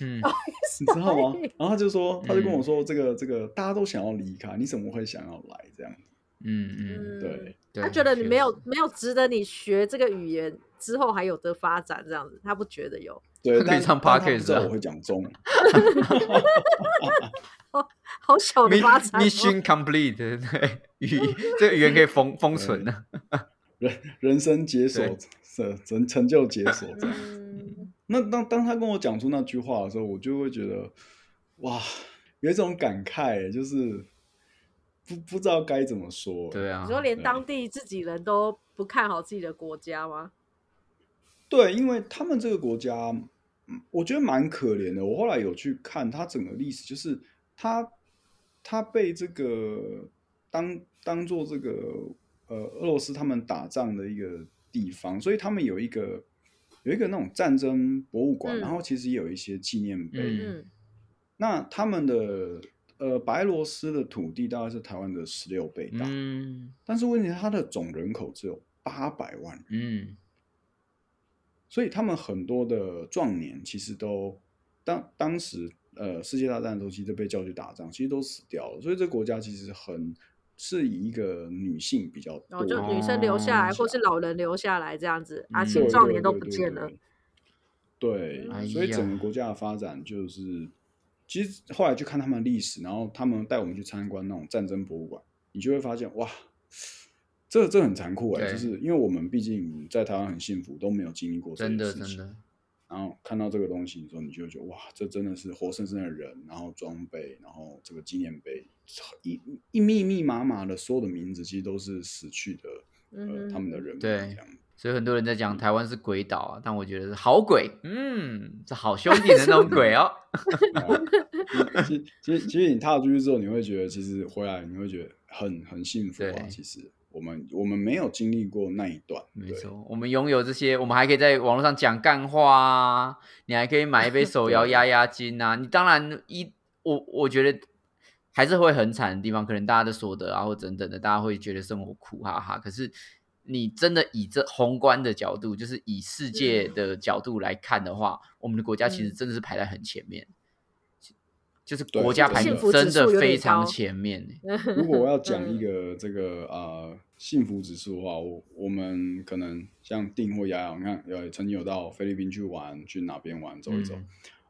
Speaker 2: 嗯
Speaker 1: 哦
Speaker 3: <laughs> 你知道吗
Speaker 1: dying？
Speaker 3: 然后他就说，他就跟我说，这个这个大家都想要离开，你怎么会想要来这样？
Speaker 2: 嗯嗯，
Speaker 1: 嗯，
Speaker 3: 对，
Speaker 2: 对
Speaker 1: 他觉得你没
Speaker 2: 确
Speaker 1: 有
Speaker 2: 实
Speaker 1: 没有值得你学这个语言之后还有的发展这样子，他不觉得有，
Speaker 3: 对，
Speaker 2: <laughs> 可以
Speaker 3: 但
Speaker 2: 上
Speaker 3: 但他不
Speaker 2: podcast
Speaker 3: 知道
Speaker 2: 啊
Speaker 3: 我会讲中文，
Speaker 1: 好小的发展、哦。
Speaker 2: Mission complete，对，语 <laughs> 这个语言可以封封存啊的。
Speaker 3: 人人生解锁
Speaker 2: 对，
Speaker 3: 成成成就解锁这样。
Speaker 1: <laughs> 嗯
Speaker 3: 那当当他跟我讲出那句话的时候，我就会觉得，哇，有一种感慨耶，就是不不知道该怎么说。
Speaker 2: 对啊
Speaker 1: 你，说连
Speaker 3: 对
Speaker 1: 当地自己人都不看好自己的国家吗？
Speaker 3: 对，因为他们这个国家，嗯我觉得蛮可怜的。我后来有去看他整个历史，就是他他被这个当当做这个呃俄罗斯他们打仗的一个地方，所以他们有一个有一个那种战争博物馆，
Speaker 1: 嗯
Speaker 3: 然后其实也有一些纪念碑。
Speaker 2: 嗯
Speaker 1: 嗯
Speaker 3: 那他们的呃白罗斯的土地大概是台湾的十六倍大，
Speaker 2: 嗯
Speaker 3: 但是问题是它的总人口只有八百万人，
Speaker 2: 嗯
Speaker 3: 所以他们很多的壮年其实都当当时呃世界大战的时候，其实被叫去打仗，其实都死掉了。所以这国家其实很是以一个女性比较
Speaker 1: 然
Speaker 3: 多
Speaker 1: 后
Speaker 3: 的，
Speaker 1: 哦就女生留下
Speaker 3: 啊
Speaker 1: 来，
Speaker 2: 哦
Speaker 1: 或是老人留下来这样子，啊，
Speaker 2: 嗯
Speaker 1: 青
Speaker 3: 对
Speaker 1: 少
Speaker 3: 对
Speaker 1: 年都
Speaker 3: 对
Speaker 1: 不
Speaker 3: 对
Speaker 1: 见了。
Speaker 3: 对，
Speaker 2: 哎
Speaker 3: 对所以整
Speaker 2: 呀
Speaker 3: 个国家的发展就是，其实后来去看他们的历史，然后他们带我们去参观那种战争博物馆，你就会发现哇。这这很残酷哎、
Speaker 2: 对
Speaker 3: 就是因为我们毕竟在台湾很幸福，都没有经历过这
Speaker 2: 真
Speaker 3: 些
Speaker 2: 的
Speaker 3: 事情。
Speaker 2: 真的，
Speaker 3: 然后看到这个东西的时候，你就会觉得哇，这真的是活生生的人，然后装备，然后这个纪念碑，一一密密麻麻的所有的名字，其实都是死去的呃
Speaker 1: 嗯
Speaker 3: 他们的人名
Speaker 2: 对
Speaker 3: 这样。
Speaker 2: 所以很多人在讲台湾是鬼岛啊，但我觉得是好鬼，嗯，是好兄弟的那种鬼哦。
Speaker 3: 啊其其实其实你踏出去之后，你会觉得其实回来你会觉得很很幸福啊。
Speaker 2: 对
Speaker 3: 其实我们我们没有经历过那一段，
Speaker 2: 没
Speaker 3: 对
Speaker 2: 错，我们拥有这些，我们还可以在网络上讲干话啊，你还可以买一杯
Speaker 1: <laughs>
Speaker 2: 手摇压压惊啊。你当然一我我觉得还是会很惨的地方，可能大家的所得啊或等等的，大家会觉得生活苦哈哈。可是你真的以这宏观的角度，就是以世界
Speaker 1: 嗯
Speaker 2: 的角度来看的话，我们的国家其实
Speaker 1: 嗯
Speaker 2: 真的是排在很前面，就是
Speaker 3: 对
Speaker 2: 国家排
Speaker 3: 幸
Speaker 2: 名
Speaker 1: 福
Speaker 2: 真
Speaker 1: 指
Speaker 2: 的
Speaker 1: 数有
Speaker 2: 非
Speaker 1: 点
Speaker 2: 常
Speaker 1: 高
Speaker 2: 前面欸、
Speaker 1: <laughs>
Speaker 3: 如果我要讲一
Speaker 1: 嗯
Speaker 3: 个这个呃幸福指数的话，我我们可能像定或雅雅，你看有曾经有到菲律宾去玩，去哪边玩走一走，
Speaker 2: 嗯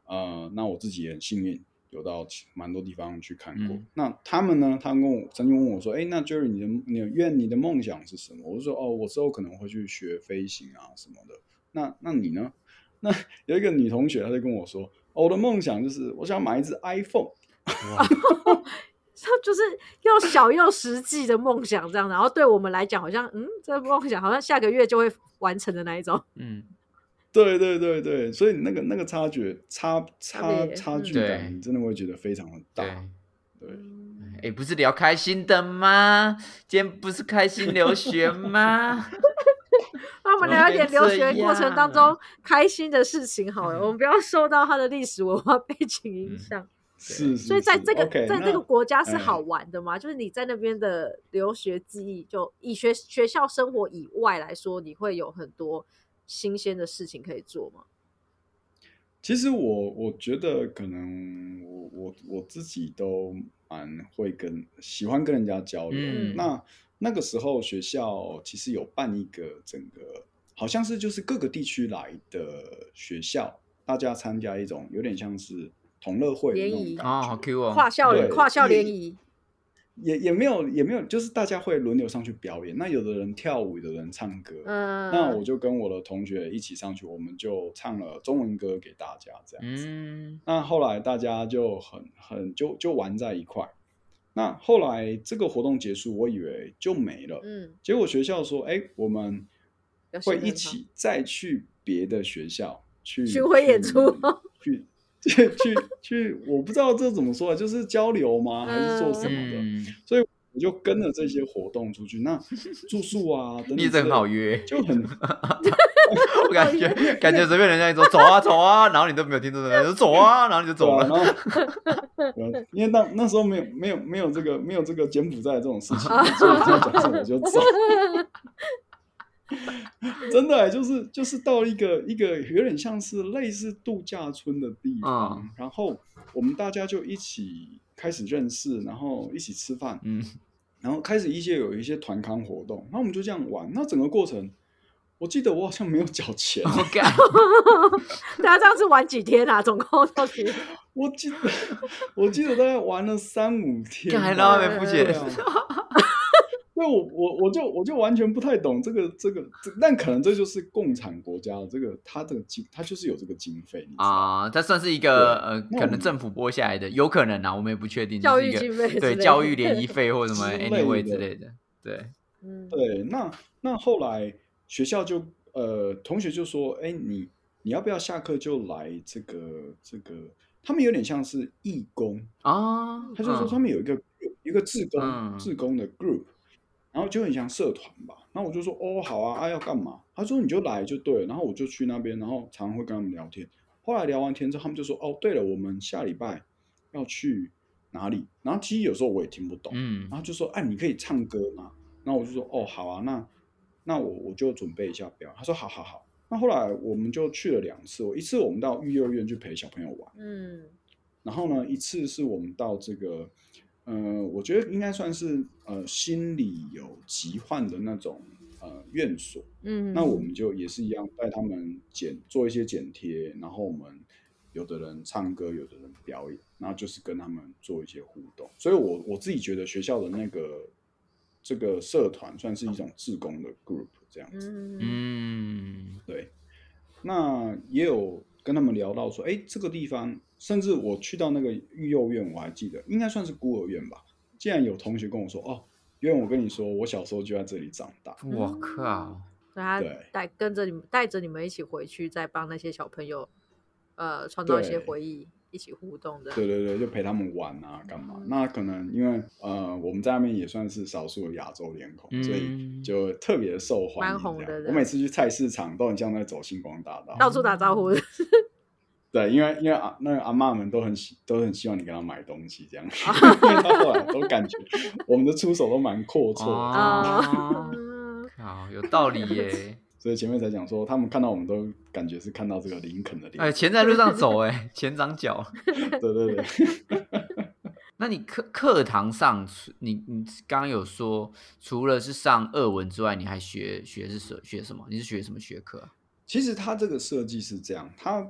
Speaker 3: 呃，那我自己也很幸运。有到其蛮多地方去看过，
Speaker 2: 嗯
Speaker 3: 那他们呢？他们跟我曾经问我说：“哎、那 Jerry，你的你的愿你的梦想是什么？”我就说：“哦，我之后可能会去学飞行啊什么的。那”那你呢？ <laughs> 那有一个女同学，她就跟我说：“哦，我的梦想就是我想买一只 iPhone。”
Speaker 2: 哇，
Speaker 1: 他就是又小又实际的梦想这样，然后对我们来讲，好像嗯，这个梦想好像下个月就会完成的那一种。 <laughs>
Speaker 2: 嗯，
Speaker 3: 对对对对，所以那个那个差距差
Speaker 1: 差
Speaker 3: 差
Speaker 1: 别
Speaker 3: 差
Speaker 2: 嗯
Speaker 3: 距
Speaker 2: 对
Speaker 3: 感，你真的会觉得非常的
Speaker 2: 对。
Speaker 3: 大。对，
Speaker 1: 嗯
Speaker 2: 哎、不是聊开心的吗？今天不是开心留学 <laughs> 吗？
Speaker 1: 那我们
Speaker 2: 怎么
Speaker 1: 聊一
Speaker 2: 会
Speaker 1: 点
Speaker 2: 这
Speaker 1: 留学过程当中
Speaker 2: 样
Speaker 1: 开心的事情好了，我们不要受到它的历史文化背景影
Speaker 2: 嗯
Speaker 1: 响。
Speaker 3: 是是是。
Speaker 1: 所以在这个
Speaker 3: OK，
Speaker 1: 在
Speaker 3: 那
Speaker 1: 这个国家是好
Speaker 3: 哎
Speaker 1: 玩的嘛？就是你在那边的留学记忆，就以学学校生活以外来说，你会有很多新鲜的事情可以做吗？
Speaker 3: 其实我我觉得可能我我我自己都蛮会跟喜欢跟人家交流。
Speaker 2: 嗯
Speaker 3: 那那个时候学校其实有办一个整个好像是就是各个地区来的学校，大家参加一种有点像是同乐会的那
Speaker 1: 联
Speaker 3: 种
Speaker 1: 谊
Speaker 3: 感
Speaker 2: 哦，
Speaker 3: 觉
Speaker 2: 好。Q 哦，
Speaker 1: 跨校
Speaker 3: 嗯对
Speaker 1: 跨校
Speaker 3: 所以
Speaker 1: 联谊，
Speaker 3: 也也没有也没有，就是大家会轮流上去表演。那有的人跳舞，有的人唱歌。
Speaker 1: 嗯，
Speaker 3: 那我就跟我的同学一起上去，我们就唱了中文歌给大家，这样子。
Speaker 2: 嗯，
Speaker 3: 那后来大家就很很就就玩在一块。那后来这个活动结束，我以为就没了，
Speaker 1: 嗯，
Speaker 3: 结果学校说：“哎、我们
Speaker 1: 要
Speaker 3: 会
Speaker 1: 新的
Speaker 3: 一
Speaker 1: 哈
Speaker 3: 起再去别的学校去
Speaker 1: 巡回演出，
Speaker 3: 去去 <laughs> 去去，我不知道这怎么说啊，就是交流吗？还是做什么的？”
Speaker 2: 嗯，
Speaker 3: 所以我就跟着这些活动出去，那住宿
Speaker 2: <laughs>
Speaker 3: 啊等等
Speaker 2: 你
Speaker 3: 之类
Speaker 2: 真
Speaker 3: 的
Speaker 2: 好约，
Speaker 3: 就很
Speaker 2: <laughs>
Speaker 3: 啊
Speaker 2: 我感
Speaker 1: <laughs>
Speaker 2: 觉感觉随便人家一说走啊走啊，然后你都没有听出来，就走啊，然后你就走
Speaker 3: 对啊
Speaker 2: 了，
Speaker 3: 然后对啊因为那那时候没有没有没有这个没有这个柬埔寨这
Speaker 2: <laughs>
Speaker 3: 种事情，所以这样讲什么我就走。 <laughs> 真的欸、就是就是到一个一个有点像是类似度假村的地方，
Speaker 2: <laughs> 嗯
Speaker 3: 然后我们大家就一起开始认识，然后一起吃饭，
Speaker 2: 嗯，
Speaker 3: 然后开始一些有一些团康活动，那我们就这样玩。那整个过程，我记得我好像没有缴钱，
Speaker 2: 我干，
Speaker 1: 大家这样子玩几天啊？总共到底？
Speaker 3: <laughs> 我记得我记得大概玩了三五天吧，
Speaker 2: 干还让他们付
Speaker 3: 对
Speaker 2: 钱，
Speaker 3: 啊。
Speaker 2: <laughs>
Speaker 3: 所以我我我就我就完全不太懂这个这个，这但可能这就是共产国家的这个它的经，它就是有这个经费，你知道吗
Speaker 2: 啊，它算是一个
Speaker 3: 对
Speaker 2: 呃，
Speaker 3: 那
Speaker 2: 可
Speaker 3: 我
Speaker 2: 能
Speaker 3: 们
Speaker 2: 政府拨下来的，有可能啊，我们也不确定，
Speaker 1: 教
Speaker 2: 就是
Speaker 1: 育
Speaker 2: 一个
Speaker 1: 经费之类
Speaker 2: 对
Speaker 1: 的
Speaker 2: 教育联谊费或什么
Speaker 3: 之类
Speaker 2: anyway <laughs> 之
Speaker 3: 的
Speaker 2: 类的，对，
Speaker 1: <laughs> 嗯，
Speaker 3: 对，那那后来学校就呃，同学就说，哎，你你要不要下课就来这个这个？他们有点像是义工，
Speaker 2: 啊，
Speaker 3: 他就说
Speaker 2: 嗯
Speaker 3: 他们有一个 group，一个志工
Speaker 2: 嗯
Speaker 3: 志工的 group，然后就很像社团吧。然后我就说哦，好啊，啊要干嘛？他他说你就来就对了，然后我就去那边，然后常常会跟他们聊天。后来聊完天之后，他们就说哦，对了，我们下礼拜要去哪里？然后其实有时候我也听不懂，
Speaker 2: 嗯
Speaker 3: 然后就说哎、你可以唱歌吗？然后我就说哦，好啊，那那我我就准备一下表。他说好好好。那后来我们就去了两次，我一次我们到育幼院去陪小朋友玩。
Speaker 1: 嗯
Speaker 3: 然后呢，一次是我们到这个，呃，我觉得应该算是呃心理有疾患的那种呃院所，
Speaker 1: 嗯，
Speaker 3: 那我们就也是一样带他们剪做一些剪贴，然后我们有的人唱歌，有的人表演，那就是跟他们做一些互动。所以我我自己觉得学校的那个这个社团算是一种志工的 group 这样子。
Speaker 1: 嗯
Speaker 2: 嗯
Speaker 3: 对，那也有跟他们聊到说，哎，这个地方，甚至我去到那个育幼院，我还记得应该算是孤儿院吧。竟然有同学跟我说，哦，因为我跟你说，我小时候就在这里长大。
Speaker 2: 我靠，
Speaker 1: 所以他
Speaker 3: 对
Speaker 1: 带跟着你们带着你们一起回去，再帮那些小朋友呃创造一些
Speaker 3: 对
Speaker 1: 回忆，一起互动的。
Speaker 3: 对对对，就陪他们玩啊，干嘛？那可能因为呃，我们在那边也算是少数的亚洲脸孔，所以
Speaker 2: 嗯，
Speaker 3: 就特别受欢迎。
Speaker 1: 蛮红的
Speaker 3: 这样
Speaker 1: 对
Speaker 3: 我每次去菜市场都很像在走星
Speaker 1: <laughs>
Speaker 3: 光大道。
Speaker 1: 到处打招呼，
Speaker 3: 对，因为因为啊，那个阿嬷们都很喜都很希望你给她买东西，这样，
Speaker 2: 啊
Speaker 3: 因为到后来都感觉我们的出手都蛮
Speaker 2: <laughs>
Speaker 3: 阔绰的，
Speaker 2: 哦， <laughs>
Speaker 1: 嗯
Speaker 2: 靠，有道
Speaker 3: <laughs>
Speaker 2: 理耶！
Speaker 3: 所以前面才讲说，他们看到我们都感觉是看到这个林肯的脸，
Speaker 2: 哎，钱在路上走，哎，钱长脚。
Speaker 3: 对对对， <laughs>
Speaker 2: 那你课课堂上，除你你刚刚有说，除了是上俄文之外，你还学学是什学什么？你是学什么学科啊？
Speaker 3: 其实它这个设计是这样，它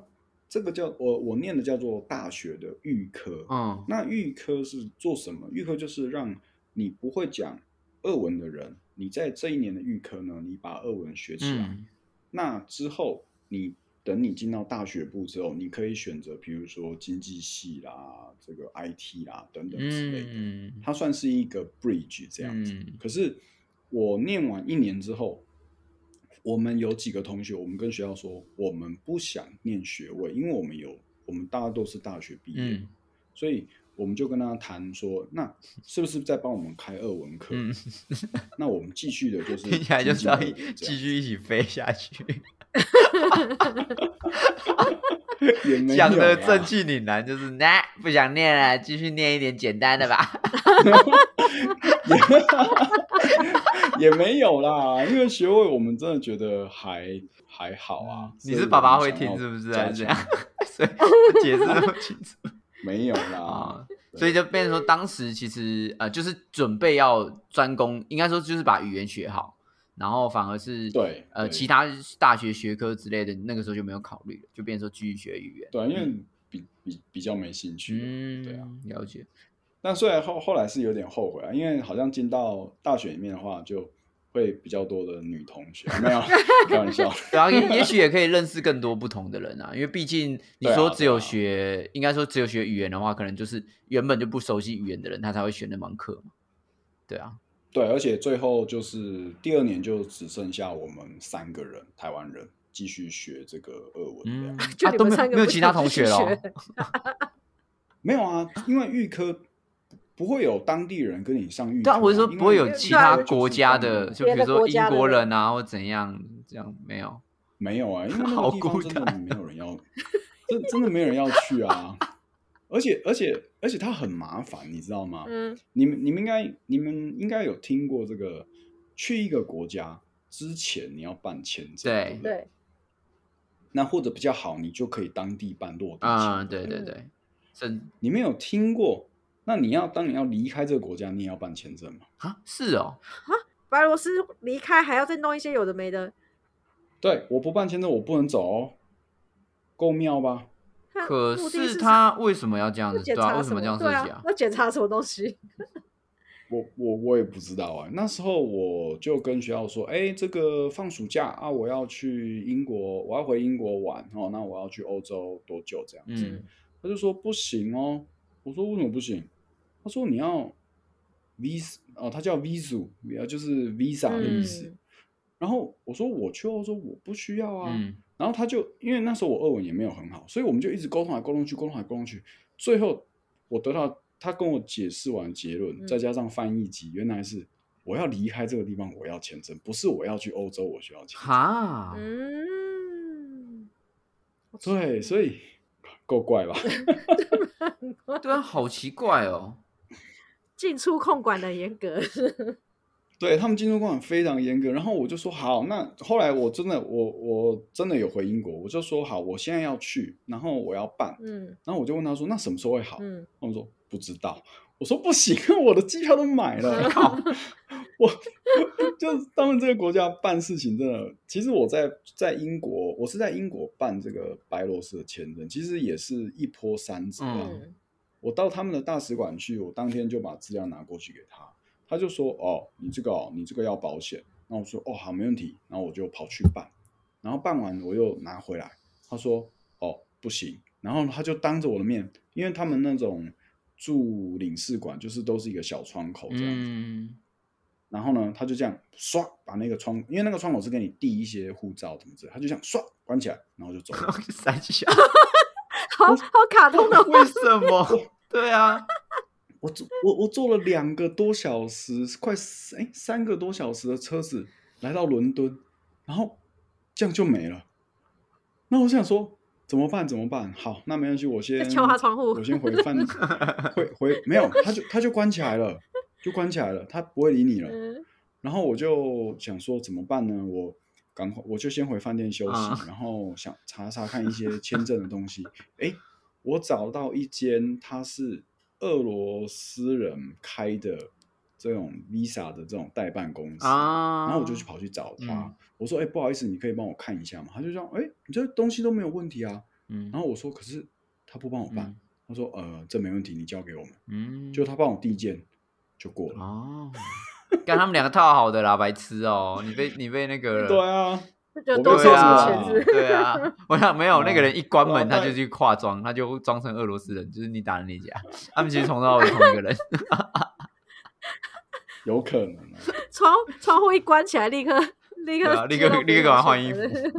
Speaker 3: 这个叫我我念的叫做大学的预科，
Speaker 2: 嗯
Speaker 3: 那预科是做什么？预科就是让你不会讲俄文的人，你在这一年的预科呢，你把俄文学起来。
Speaker 2: 嗯
Speaker 3: 那之后，你等你进到大学部之后，你可以选择，比如说经济系啦、这个 IT 啦等等之类的。
Speaker 2: 嗯
Speaker 3: 它算是一个 bridge 这样子。
Speaker 2: 嗯
Speaker 3: 可是我念完一年之后，我们有几个同学，我们跟学校说，我们不想念学位，因为我们有，我们大家都是大学毕业，
Speaker 2: 嗯
Speaker 3: 所以我们就跟他谈说，那是不是在帮我们开二文课？
Speaker 2: 嗯，
Speaker 3: 那我们继续的就是
Speaker 2: <laughs> 听起来就是要
Speaker 3: 精
Speaker 2: 一
Speaker 3: 进俄文这样
Speaker 2: 继续一起飞下去，
Speaker 3: 也没有啊
Speaker 2: 讲的
Speaker 3: 啦
Speaker 2: 正气凛然，就是那、不想念了，继续念一点简单的吧。 <laughs>
Speaker 3: 也没有啦，因为学位我们真的觉得还还好啊。
Speaker 2: 嗯你是爸爸会
Speaker 3: 所以
Speaker 2: 听
Speaker 3: 我
Speaker 2: 是不
Speaker 3: 们
Speaker 2: 是？
Speaker 3: 想
Speaker 2: 还
Speaker 3: 要
Speaker 2: 是
Speaker 3: 加
Speaker 2: 怎
Speaker 3: 强
Speaker 2: 样？ <laughs>
Speaker 3: <laughs>
Speaker 2: 所以不解释那么清楚
Speaker 3: 没有
Speaker 2: <laughs>
Speaker 3: 啦，
Speaker 2: 啊，所以就变成说，当时其实呃，就是准备要专攻，应该说就是把语言学好，然后反而是
Speaker 3: 对
Speaker 2: 呃
Speaker 3: 对
Speaker 2: 其他大学学科之类的，那个时候就没有考虑了，就变成说继续学语言。
Speaker 3: 对，啊因为比比比较没兴趣啊。
Speaker 2: 嗯，
Speaker 3: 对啊，
Speaker 2: 了解。
Speaker 3: 但虽然后后来是有点后悔啊，因为好像进到大学里面的话，就会比较多的女同
Speaker 2: <laughs>
Speaker 3: 学，没有开玩笑。
Speaker 2: 对啊，也也许也可以认识更多不同的人啊，因为毕竟你
Speaker 3: 对啊
Speaker 2: 说
Speaker 3: 对
Speaker 2: 只有
Speaker 3: 啊
Speaker 2: 学，应该说只有学语言的话，可能就是原本就不熟悉语言的人，他才会选那门课嘛。对啊，
Speaker 3: 对，而且最后就是第二年就只剩下我们三个人，台湾人继续学这个俄文这样
Speaker 2: 嗯， <laughs>
Speaker 1: 就
Speaker 2: 啊
Speaker 1: 你
Speaker 2: 都
Speaker 1: 们
Speaker 2: 没有
Speaker 1: 三个
Speaker 2: 没有
Speaker 1: 不
Speaker 2: 其
Speaker 1: 是
Speaker 2: 他
Speaker 1: 继
Speaker 2: 同
Speaker 1: 续
Speaker 2: 学了哦
Speaker 3: <laughs>
Speaker 1: 学，
Speaker 3: 没有啊，因为预科不会有当地人跟你上预科、
Speaker 2: 对啊，我是说
Speaker 3: 因为
Speaker 2: 不会有
Speaker 3: 预科
Speaker 2: 其他
Speaker 3: 就是
Speaker 2: 国家的，
Speaker 3: 当地
Speaker 2: 就比
Speaker 1: 别
Speaker 2: 如
Speaker 1: 的
Speaker 2: 说
Speaker 1: 国
Speaker 2: 英
Speaker 1: 家的
Speaker 2: 国
Speaker 1: 人
Speaker 2: 人啊，或怎样这样没有。
Speaker 3: 没有啊，因为
Speaker 2: <laughs>
Speaker 3: 那
Speaker 2: 好
Speaker 3: 个地方
Speaker 2: 孤
Speaker 3: 真的
Speaker 2: 单
Speaker 3: 没有人要，真真的没有人要去啊。 <laughs> 而且而且而且它很麻烦，你知道吗？
Speaker 1: 嗯，
Speaker 3: 你们你们应该你们应该有听过这个，去一个国家之前你要办签证，
Speaker 2: 对
Speaker 3: 对不对？
Speaker 1: 对，
Speaker 3: 那或者比较好，你就可以当地办落地
Speaker 2: 嗯，
Speaker 3: 签。
Speaker 2: 对对
Speaker 1: 嗯
Speaker 2: 对，真
Speaker 3: 你没有听过？那你要当你要离开这个国家，你也要办签证嘛？
Speaker 2: 啊是哦，
Speaker 1: 白罗斯离开还要再弄一些有的没的，
Speaker 3: 对，我不办签证，我不能走哦，够妙吧？
Speaker 1: 他
Speaker 2: 可
Speaker 1: 目的
Speaker 2: 是
Speaker 1: 是
Speaker 2: 他为什么要这样
Speaker 1: 要
Speaker 2: 子？对
Speaker 1: 检
Speaker 2: 啊，
Speaker 1: 查
Speaker 2: 为什
Speaker 1: 什
Speaker 2: 么这样设
Speaker 1: 对
Speaker 2: 计
Speaker 1: 啊，？要检查什么东西？
Speaker 3: 我我我也不知道啊、那时候我就跟学校说，哎、这个放暑假啊，我要去英国，我要回英国玩哦，那我要去欧洲多久这样子？
Speaker 2: 嗯，
Speaker 3: 他就说不行哦，我说为什么不行？他说你要 vis 哦，他叫 visu，就是 visa 的意思。
Speaker 1: 嗯
Speaker 3: 然后我说我去欧洲我不需要啊，
Speaker 2: 嗯，
Speaker 3: 然后他就因为那时候我俄文也没有很好，所以我们就一直沟通来沟通去，沟通来沟通去。最后我得到他跟我解释完结论，
Speaker 1: 嗯
Speaker 3: 再加上翻译机，原来是我要离开这个地方，我要签证，不是我要去欧洲，我需要签证。
Speaker 2: 哈，
Speaker 3: 嗯
Speaker 1: 嗯，好奇
Speaker 3: 对，
Speaker 1: 怪
Speaker 3: 所以够怪吧？
Speaker 2: 对啊，好奇怪哦。
Speaker 1: <laughs> 进出控管的很严格，
Speaker 3: 对他们进出管非常严格。然后我就说好，那后来我真的我我真的有回英国，我就说好，我现在要去，然后我要办，
Speaker 1: 嗯
Speaker 3: 然后我就问他说那什么时候会好？
Speaker 1: 嗯，
Speaker 3: 他们说不知道。我说不行， <laughs> 我的机票都买了，靠！我就是他们这个国家办事情真的，其实我在在英国，我是在英国办这个白罗斯的签证，其实也是一波三折
Speaker 2: 哦
Speaker 3: 啊。
Speaker 1: 嗯
Speaker 3: 我到他们的大使馆去，我当天就把资料拿过去给他，他就说：“哦，你这个哦，你这个要保险。”那我说：“哦，好，没问题。”然后我就跑去办，然后办完我又拿回来，他说：“哦，不行。”然后他就当着我的面，因为他们那种驻领事馆就是都是一个小窗口这样子，
Speaker 2: 嗯， <laughs>
Speaker 3: 然后呢，他就这样刷把那个窗，因为那个窗口是给你递一些护照什么之类，他就这样刷关起来，然后就走了。
Speaker 2: 三小，
Speaker 1: 好好卡通哦的
Speaker 2: 为什
Speaker 3: <laughs>
Speaker 2: 么？对啊，
Speaker 3: 我坐我我坐了两个多小时，快三哎三个多小时的车子来到伦敦，然后这样就没了。那我想说怎么办？怎么办？好，那没关系，我先
Speaker 1: 敲他窗户
Speaker 3: 我先回
Speaker 1: <laughs>
Speaker 3: 饭回回没有，他就他就关起来了，就关起来了，他不会理
Speaker 1: <laughs>
Speaker 3: 你了。
Speaker 1: 嗯
Speaker 3: 然后我就想说怎么办呢？我赶快我就先回饭店休息，
Speaker 2: 啊
Speaker 3: 然后想查查看一些签证的东西。诶，我找到一间它是俄罗斯人开的这种 Visa 的这种代办公司，
Speaker 2: 啊，
Speaker 3: 然后我就去跑去找他，
Speaker 2: 嗯
Speaker 3: 我说：“诶，不好意思，你可以帮我看一下吗？”他就说：“诶，你这东西都没有问题啊。”
Speaker 2: 嗯，
Speaker 3: 然
Speaker 2: 后
Speaker 3: 后我说：“可是他不帮我办。他说：“呃，这没问题，你交给我们。”
Speaker 2: 嗯，
Speaker 3: 就他帮我递件就过了。
Speaker 2: 哦， <laughs> 干他们两个套好的啦，白痴哦，你被你被那个了，
Speaker 3: 对啊，
Speaker 1: 就觉得
Speaker 3: 我
Speaker 1: 多
Speaker 3: 被
Speaker 1: 收
Speaker 2: 对
Speaker 3: 收
Speaker 1: 了
Speaker 2: 啊
Speaker 3: 什
Speaker 1: 钱
Speaker 3: 么
Speaker 1: 是不是
Speaker 2: 对啊，我想没有
Speaker 3: 哦
Speaker 2: 那个人
Speaker 1: <laughs>
Speaker 2: 一关门，
Speaker 3: 哦
Speaker 2: 他
Speaker 3: 对
Speaker 2: 就去化妆，他就装成俄罗斯人，就是你打的那家， <laughs> 他们其实从头到尾同一个人， <laughs>
Speaker 3: 有可能、啊。
Speaker 1: 窗窗户一关起来，立刻立
Speaker 2: 对啊
Speaker 1: 刻
Speaker 2: 立
Speaker 1: 自
Speaker 2: 刻
Speaker 1: 动
Speaker 2: 立刻
Speaker 1: 变
Speaker 2: 赶快
Speaker 1: 有
Speaker 2: 换
Speaker 1: 钱
Speaker 2: 衣
Speaker 1: 人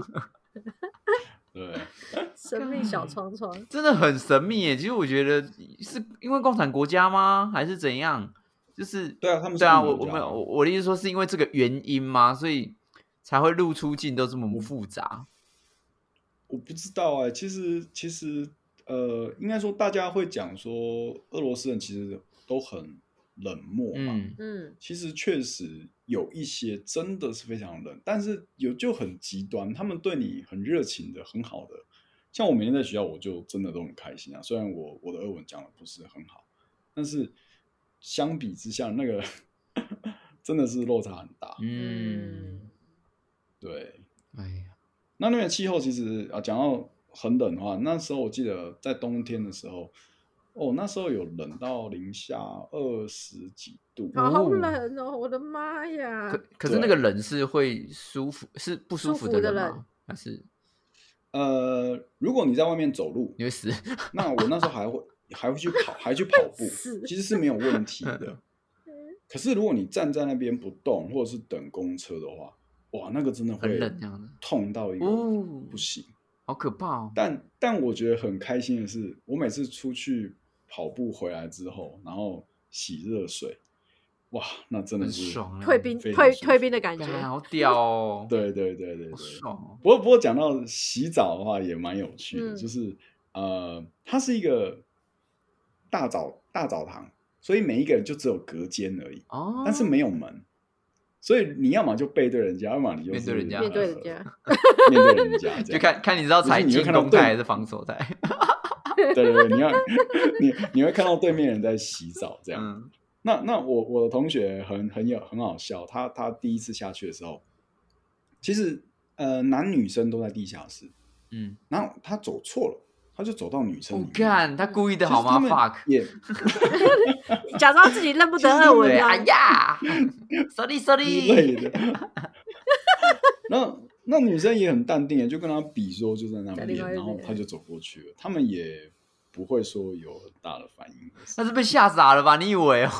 Speaker 3: 对，
Speaker 1: <laughs> 神秘小窗窗，
Speaker 2: 真的很神秘耶。其实我觉得是因为共产国家吗，还是怎样？就是
Speaker 3: 对啊，他们
Speaker 2: 对啊，
Speaker 3: 是
Speaker 2: 我
Speaker 3: 共
Speaker 2: 我
Speaker 3: 产
Speaker 2: 们
Speaker 3: 国家
Speaker 2: 我我的意思说是因为这个原因吗？所以才会入出境都这么复杂。
Speaker 3: 我不知道哎、其实其实呃，应该说大家会讲说俄罗斯人其实都很冷漠嘛，
Speaker 2: 嗯
Speaker 1: 嗯
Speaker 3: 其实确实有一些真的是非常冷，但是有就很极端，他们对你很热情的，很好的。像我每天在学校，我就真的都很开心啊。虽然我我的俄文讲的不是很好，但是相比之下，那个 <laughs> 真的是落差很大。
Speaker 2: 嗯
Speaker 1: 嗯，，
Speaker 3: 对，
Speaker 2: 哎呀，
Speaker 3: 那那边的气候其实啊，讲到很冷的话，那时候我记得在冬天的时候，哦，那时候有冷到零下二十几度，
Speaker 1: 好
Speaker 2: 哦
Speaker 1: 冷哦，我的妈呀！
Speaker 2: 可可是那个冷是会舒服，是不舒
Speaker 1: 舒
Speaker 2: 服
Speaker 1: 服的
Speaker 2: 冷吗？
Speaker 1: 冷
Speaker 2: 还是
Speaker 3: 呃，如果你在外面走路，
Speaker 2: 你会死？
Speaker 3: 那我那时候还会 <laughs> 还会去跑，还去跑步
Speaker 1: 是，
Speaker 3: 其实是没有问题的。
Speaker 2: 嗯
Speaker 3: 可是如果你站在那边不动，或者是等公车的话，哇，那个真的
Speaker 2: 很
Speaker 3: 会
Speaker 2: 冷这样子
Speaker 3: 痛到一个
Speaker 2: 哦
Speaker 3: 不行。
Speaker 2: 好可怕哦！
Speaker 3: 但但我觉得很开心的是，我每次出去跑步回来之后，然后洗热水，哇，那真的
Speaker 2: 很
Speaker 3: 是
Speaker 2: 爽啊，
Speaker 1: 退兵
Speaker 3: 嗯非常
Speaker 1: 退
Speaker 3: 舒服
Speaker 1: 退兵的感觉
Speaker 2: 干，，好屌哦！，
Speaker 3: <laughs> 对对对对对
Speaker 2: 好。爽哦！
Speaker 3: 不过不过讲到洗澡的话，也蛮有趣的，
Speaker 1: 嗯
Speaker 3: 就是呃，它是一个大澡大澡堂，所以每一个人就只有隔间而已，
Speaker 2: 哦，
Speaker 3: 但是没有门。所以你要么就背对人家，要么你就是
Speaker 2: 面对人家
Speaker 1: 面对人家，
Speaker 3: 呃 <laughs> 面对人家，这
Speaker 2: <laughs> 就
Speaker 3: 样
Speaker 2: 看看你知道
Speaker 3: 不是
Speaker 2: 踩
Speaker 3: 你会
Speaker 2: 进
Speaker 3: 看到
Speaker 2: 攻态
Speaker 3: 对啊
Speaker 2: 还是防守态。
Speaker 3: 对对对，你要 <laughs> 你你会看到对面人在洗澡这
Speaker 1: <laughs>
Speaker 3: 样。
Speaker 2: 嗯，
Speaker 3: 那那我我的同学很很有很好笑，他他第一次下去的时候，其实呃男女生都在地下室，
Speaker 2: 嗯，
Speaker 3: 然后他走错了，他就走到女生
Speaker 2: 我
Speaker 3: 里面。
Speaker 2: 哦
Speaker 1: 哦
Speaker 2: 干，他故意的
Speaker 3: 其实
Speaker 2: 好吗
Speaker 3: 他们
Speaker 2: ？fuck，
Speaker 1: <laughs>
Speaker 3: 也
Speaker 1: 假装自己认不得二文
Speaker 2: 对，
Speaker 1: 啊
Speaker 3: <laughs>
Speaker 2: 哎，呀，sorry
Speaker 3: 之类
Speaker 2: sorry，
Speaker 1: <laughs>
Speaker 3: 的。然后那女生也很淡定，就跟他比说就在那
Speaker 1: 在
Speaker 3: 边，
Speaker 1: 另外一边
Speaker 3: 然后他就走过去了，他们也不会说有很大的反
Speaker 1: <laughs>
Speaker 3: 应。
Speaker 2: <laughs> 那是被吓傻了吧？你以为哦？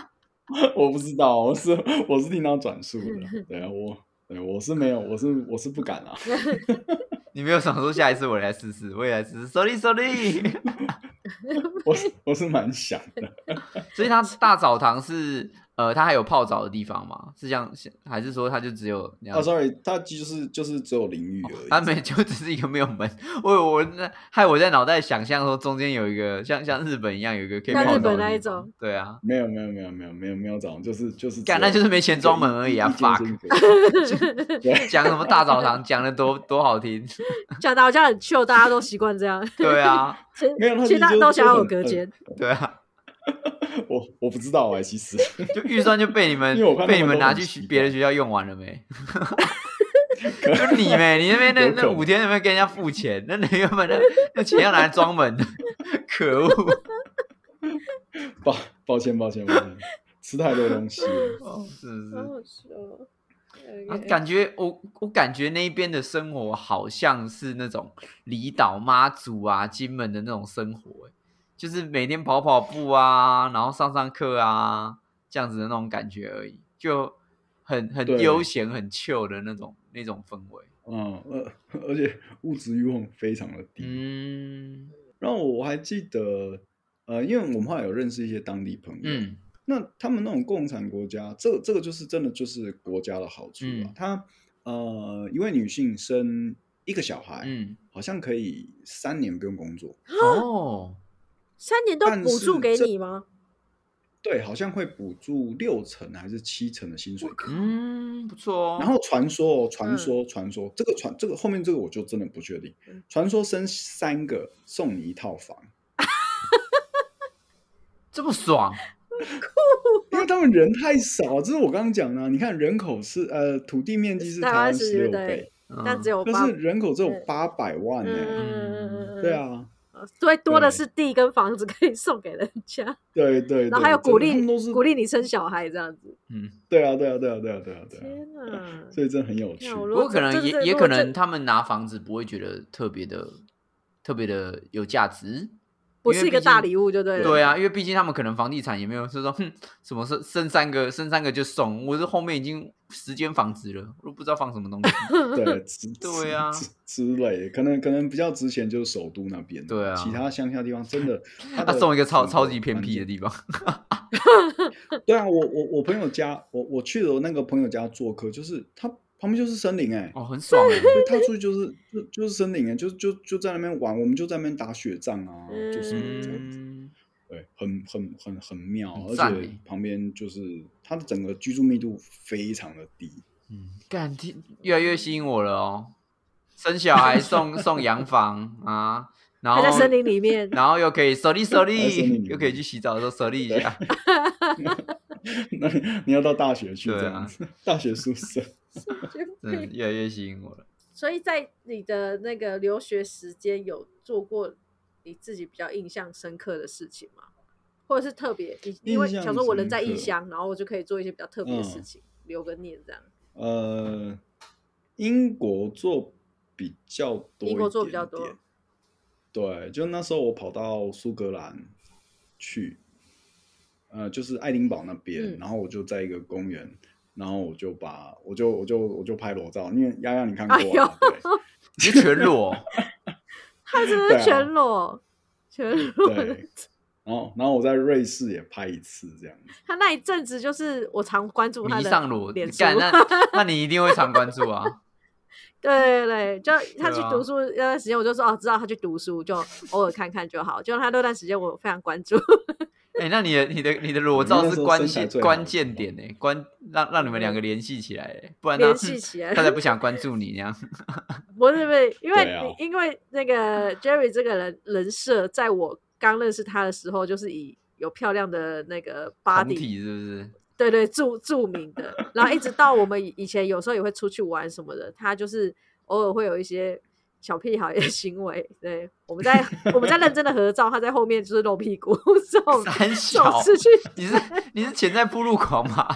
Speaker 2: <laughs>
Speaker 3: 我不知道，我是我是听到转述
Speaker 1: <laughs>
Speaker 3: 的，对啊，我对我是没有，我是我是不敢啊。
Speaker 2: 你没有想说下一次我来试试，我也来试试，sorry <laughs> sorry。
Speaker 3: 我是我是蛮想的，
Speaker 2: 所以他大澡堂是呃，它还有泡澡的地方吗？是这样，还是说它就只有那样哦啊
Speaker 3: 啊、？，sorry，它就是就是只有淋浴而已。
Speaker 2: 它没 <laughs> 就只是一个没有门。我我那害我在脑袋想象说中间有一个像像日本一样有一个可以
Speaker 1: 像
Speaker 2: 泡
Speaker 1: 日
Speaker 2: 澡
Speaker 1: 本
Speaker 2: 的
Speaker 1: 那
Speaker 2: 地
Speaker 1: 一
Speaker 2: 方
Speaker 1: 种。
Speaker 2: 对啊，
Speaker 3: 没有没有没有没有没有没有澡堂，就是就是只有，
Speaker 2: 干那就是没钱装门而已啊
Speaker 3: 一间
Speaker 2: fuck
Speaker 3: 间隔间对，
Speaker 2: 讲什么大澡
Speaker 1: <laughs>
Speaker 2: 堂，讲的多多好听。
Speaker 1: 讲的好像很 chill，大家都习惯这样。
Speaker 2: 对啊，
Speaker 1: 其
Speaker 3: <laughs> 没有，它
Speaker 1: 其实
Speaker 3: 就
Speaker 1: 大家
Speaker 3: 是
Speaker 1: 都想要
Speaker 3: 就
Speaker 1: 有
Speaker 3: 很
Speaker 1: 隔间，
Speaker 2: 对啊，
Speaker 3: 很我我不知道哎、其实 <laughs>
Speaker 2: 就预算就被你们
Speaker 3: 因为我看他们
Speaker 2: 被你们拿
Speaker 3: 都很
Speaker 2: 去
Speaker 3: 奇
Speaker 2: 学
Speaker 3: 怪
Speaker 2: 别的学校用完了没？ <laughs> 就
Speaker 3: <laughs>
Speaker 2: 你呗，你那边那
Speaker 3: 有可
Speaker 2: 那
Speaker 3: 能
Speaker 2: 五天有没有跟人家付钱？那你原本那那钱要拿来装门的， <laughs> 可恶！
Speaker 3: <laughs> 抱抱歉抱歉抱歉，吃太多东西了。
Speaker 2: 是不是？
Speaker 1: 好笑哦。
Speaker 2: 啊
Speaker 1: OK
Speaker 2: 感觉我我感觉那一边的生活好像是那种离岛妈祖啊、金门的那种生活欸，就是每天跑跑步啊，然后上上课啊，这样子的那种感觉而已，就很很
Speaker 3: 对
Speaker 2: 悠闲、很 chill 的那种那种氛围。
Speaker 3: 嗯，而 <laughs> 而且物质欲望非常的低。
Speaker 2: 嗯
Speaker 3: 然后我还记得，呃，因为我们后来有认识一些当地朋友，
Speaker 2: 嗯
Speaker 3: 那他们那种共产国家，这这个就是真的就是国家的好处
Speaker 2: 嗯
Speaker 3: 啊。他呃，一位女性生一个小孩，
Speaker 2: 嗯，
Speaker 3: 好像可以三年不用工作，
Speaker 1: 啊
Speaker 2: 哦，
Speaker 1: 三年都
Speaker 3: 但
Speaker 1: 补
Speaker 3: 是
Speaker 1: 助给
Speaker 3: 这
Speaker 1: 你吗？
Speaker 3: 对，好像会补助六成还是七成的薪水给你。
Speaker 2: 嗯，不错哦。
Speaker 3: 然后传说哦，传说，传说，这个传这个后面这个我就真的不确定
Speaker 1: 嗯。
Speaker 3: 传说生三个送你一套房，
Speaker 2: 这么
Speaker 1: <laughs>
Speaker 2: 爽，
Speaker 3: 因为他们人太少，这是我刚刚讲的啊、你看人口是呃土地面积是
Speaker 1: 台
Speaker 3: 台
Speaker 1: 湾
Speaker 3: 湾
Speaker 1: 16
Speaker 3: 十六
Speaker 1: 对
Speaker 3: 倍，嗯
Speaker 1: 但只
Speaker 2: 有
Speaker 1: 有八
Speaker 3: 但是人口只有
Speaker 1: 对
Speaker 3: 八百万呢、
Speaker 1: 嗯
Speaker 3: 对，啊，
Speaker 1: 呃最多的
Speaker 3: 对
Speaker 1: 是地跟房子 <laughs> 可以送给人家，
Speaker 3: 对对对，
Speaker 1: 然后还有
Speaker 3: 真的
Speaker 1: 鼓
Speaker 3: 他
Speaker 1: 励
Speaker 3: 们都是
Speaker 1: 鼓励你生小孩这样子。
Speaker 2: 嗯。
Speaker 3: 对啊对啊对啊对啊对啊对啊，
Speaker 1: 天哪！
Speaker 3: 所以真的很有趣
Speaker 1: 天啊。我如
Speaker 2: 不
Speaker 1: 果
Speaker 2: 过可
Speaker 1: 这
Speaker 2: 能
Speaker 1: 这
Speaker 2: 也
Speaker 1: 这
Speaker 2: 也
Speaker 1: 如
Speaker 2: 可
Speaker 1: 果这
Speaker 2: 能他们拿房子不会觉得特别的特别的有价值，
Speaker 1: 不
Speaker 2: 因为
Speaker 1: 是一个
Speaker 2: 毕竟
Speaker 1: 大礼物就对了。
Speaker 2: 对啊，因为毕竟他们可能房地产也没有是说哼什么生生三个生三个就送，我这后面已经十间房子了，我都不知道放什么东
Speaker 1: <laughs>
Speaker 2: 西。
Speaker 3: <laughs>
Speaker 2: <laughs>
Speaker 3: 对，之
Speaker 2: 对啊
Speaker 3: 之之之类的，可能可能比较值钱就是首都那边，
Speaker 2: 对啊
Speaker 3: 其他乡下地方
Speaker 2: <laughs>
Speaker 3: 真的，
Speaker 2: 他啊送一个超超级偏僻
Speaker 3: 地
Speaker 2: 的
Speaker 3: 方。
Speaker 2: 地方， <laughs>
Speaker 3: 对啊，我我我朋友家，我我去了那个朋友家做客，就是他旁边就是森林哎、
Speaker 2: 哦，很爽
Speaker 3: <laughs>
Speaker 2: 欸。
Speaker 3: 所以他出去就是就就是森林哎、就就就在那边玩，我们就在那边打雪仗啊，就是、
Speaker 2: 嗯，
Speaker 3: 对，很很很很妙，
Speaker 2: 很
Speaker 3: 而
Speaker 2: 赞
Speaker 3: 且
Speaker 2: 欸
Speaker 3: 旁边就是它的整个居住密度非常的低， <laughs>
Speaker 2: 嗯，干听越来越吸引我了哦，生小孩送送洋房啊，然
Speaker 1: 还
Speaker 2: 后
Speaker 1: 在森林里面，
Speaker 2: 然后又可以手力手
Speaker 3: 还在森林
Speaker 2: 力，
Speaker 3: 里
Speaker 2: 又可以
Speaker 3: 面
Speaker 2: 去洗澡的时候手力一下。
Speaker 3: 那你你要到大学去
Speaker 2: 对啊
Speaker 3: 这样子，大学宿舍。
Speaker 2: 真的越来越吸引我了。
Speaker 1: 所以在你的那个留学时间有做过你自己比较印象深刻的事情吗？或者是特别，你因为
Speaker 3: 印象
Speaker 1: 想说我人在
Speaker 3: 深刻
Speaker 1: 异乡，然后我就可以做一些比较特别的事
Speaker 3: 嗯
Speaker 1: 情，留个念这样。
Speaker 3: 呃，英国做比较多，
Speaker 1: 英国做比较多。
Speaker 3: 对，就那时候我跑到苏格兰去，呃，就是爱丁堡那边，
Speaker 1: 嗯
Speaker 3: 然后我就在一个公园，然后我就把我就我就我就拍裸照，因为丫丫你看过、
Speaker 1: 哎呦
Speaker 3: 啊，
Speaker 2: 你是全裸，
Speaker 1: <laughs> 他真
Speaker 3: 对
Speaker 1: 的
Speaker 3: 啊
Speaker 1: 是全裸，全裸 <laughs>
Speaker 3: 对。对，然后然后我在瑞士也拍一次这样子。
Speaker 1: 他那一阵子就是我常关注 <laughs> 他
Speaker 2: 迷
Speaker 1: 的
Speaker 2: 上裸，
Speaker 1: 脸书，
Speaker 2: 干那那你一定会常关注啊。
Speaker 1: <laughs> 对对对，就他
Speaker 2: 对
Speaker 1: 去
Speaker 2: 啊
Speaker 1: 读书那段时间，我就说哦，知道他去读书，就偶尔看看就好。就他那段时间我非常关注，
Speaker 2: <laughs> 哎、那你的你的你的裸
Speaker 3: 你
Speaker 2: 照
Speaker 3: 那
Speaker 2: 是
Speaker 3: 时候
Speaker 2: 关
Speaker 3: 身材
Speaker 2: 键
Speaker 3: 最好
Speaker 2: 关
Speaker 3: 的
Speaker 2: 键
Speaker 3: 时
Speaker 2: 点呢、欸关让让你们两个联系起来、欸，不然
Speaker 1: <laughs>
Speaker 2: 他
Speaker 1: 联系起来
Speaker 2: 他。才不想关注你那样。
Speaker 1: 不是不是，因为你、
Speaker 3: 对啊
Speaker 1: 因为那个 Jerry 这个人人设，在我刚认识他的时候，就是以有漂亮的那个
Speaker 2: 同
Speaker 1: body，
Speaker 2: 体是不是？
Speaker 1: 对对，著著名的。然后一直到我们以以前有时候也会出去玩什么的，他就是偶尔会有一些小屁孩的行为。对，我们在我们在认真的合照，他在后面就是露屁股，这种
Speaker 2: 三
Speaker 1: 这种
Speaker 2: 小，
Speaker 1: 失去
Speaker 2: 你是你是潜在铺路狂吗？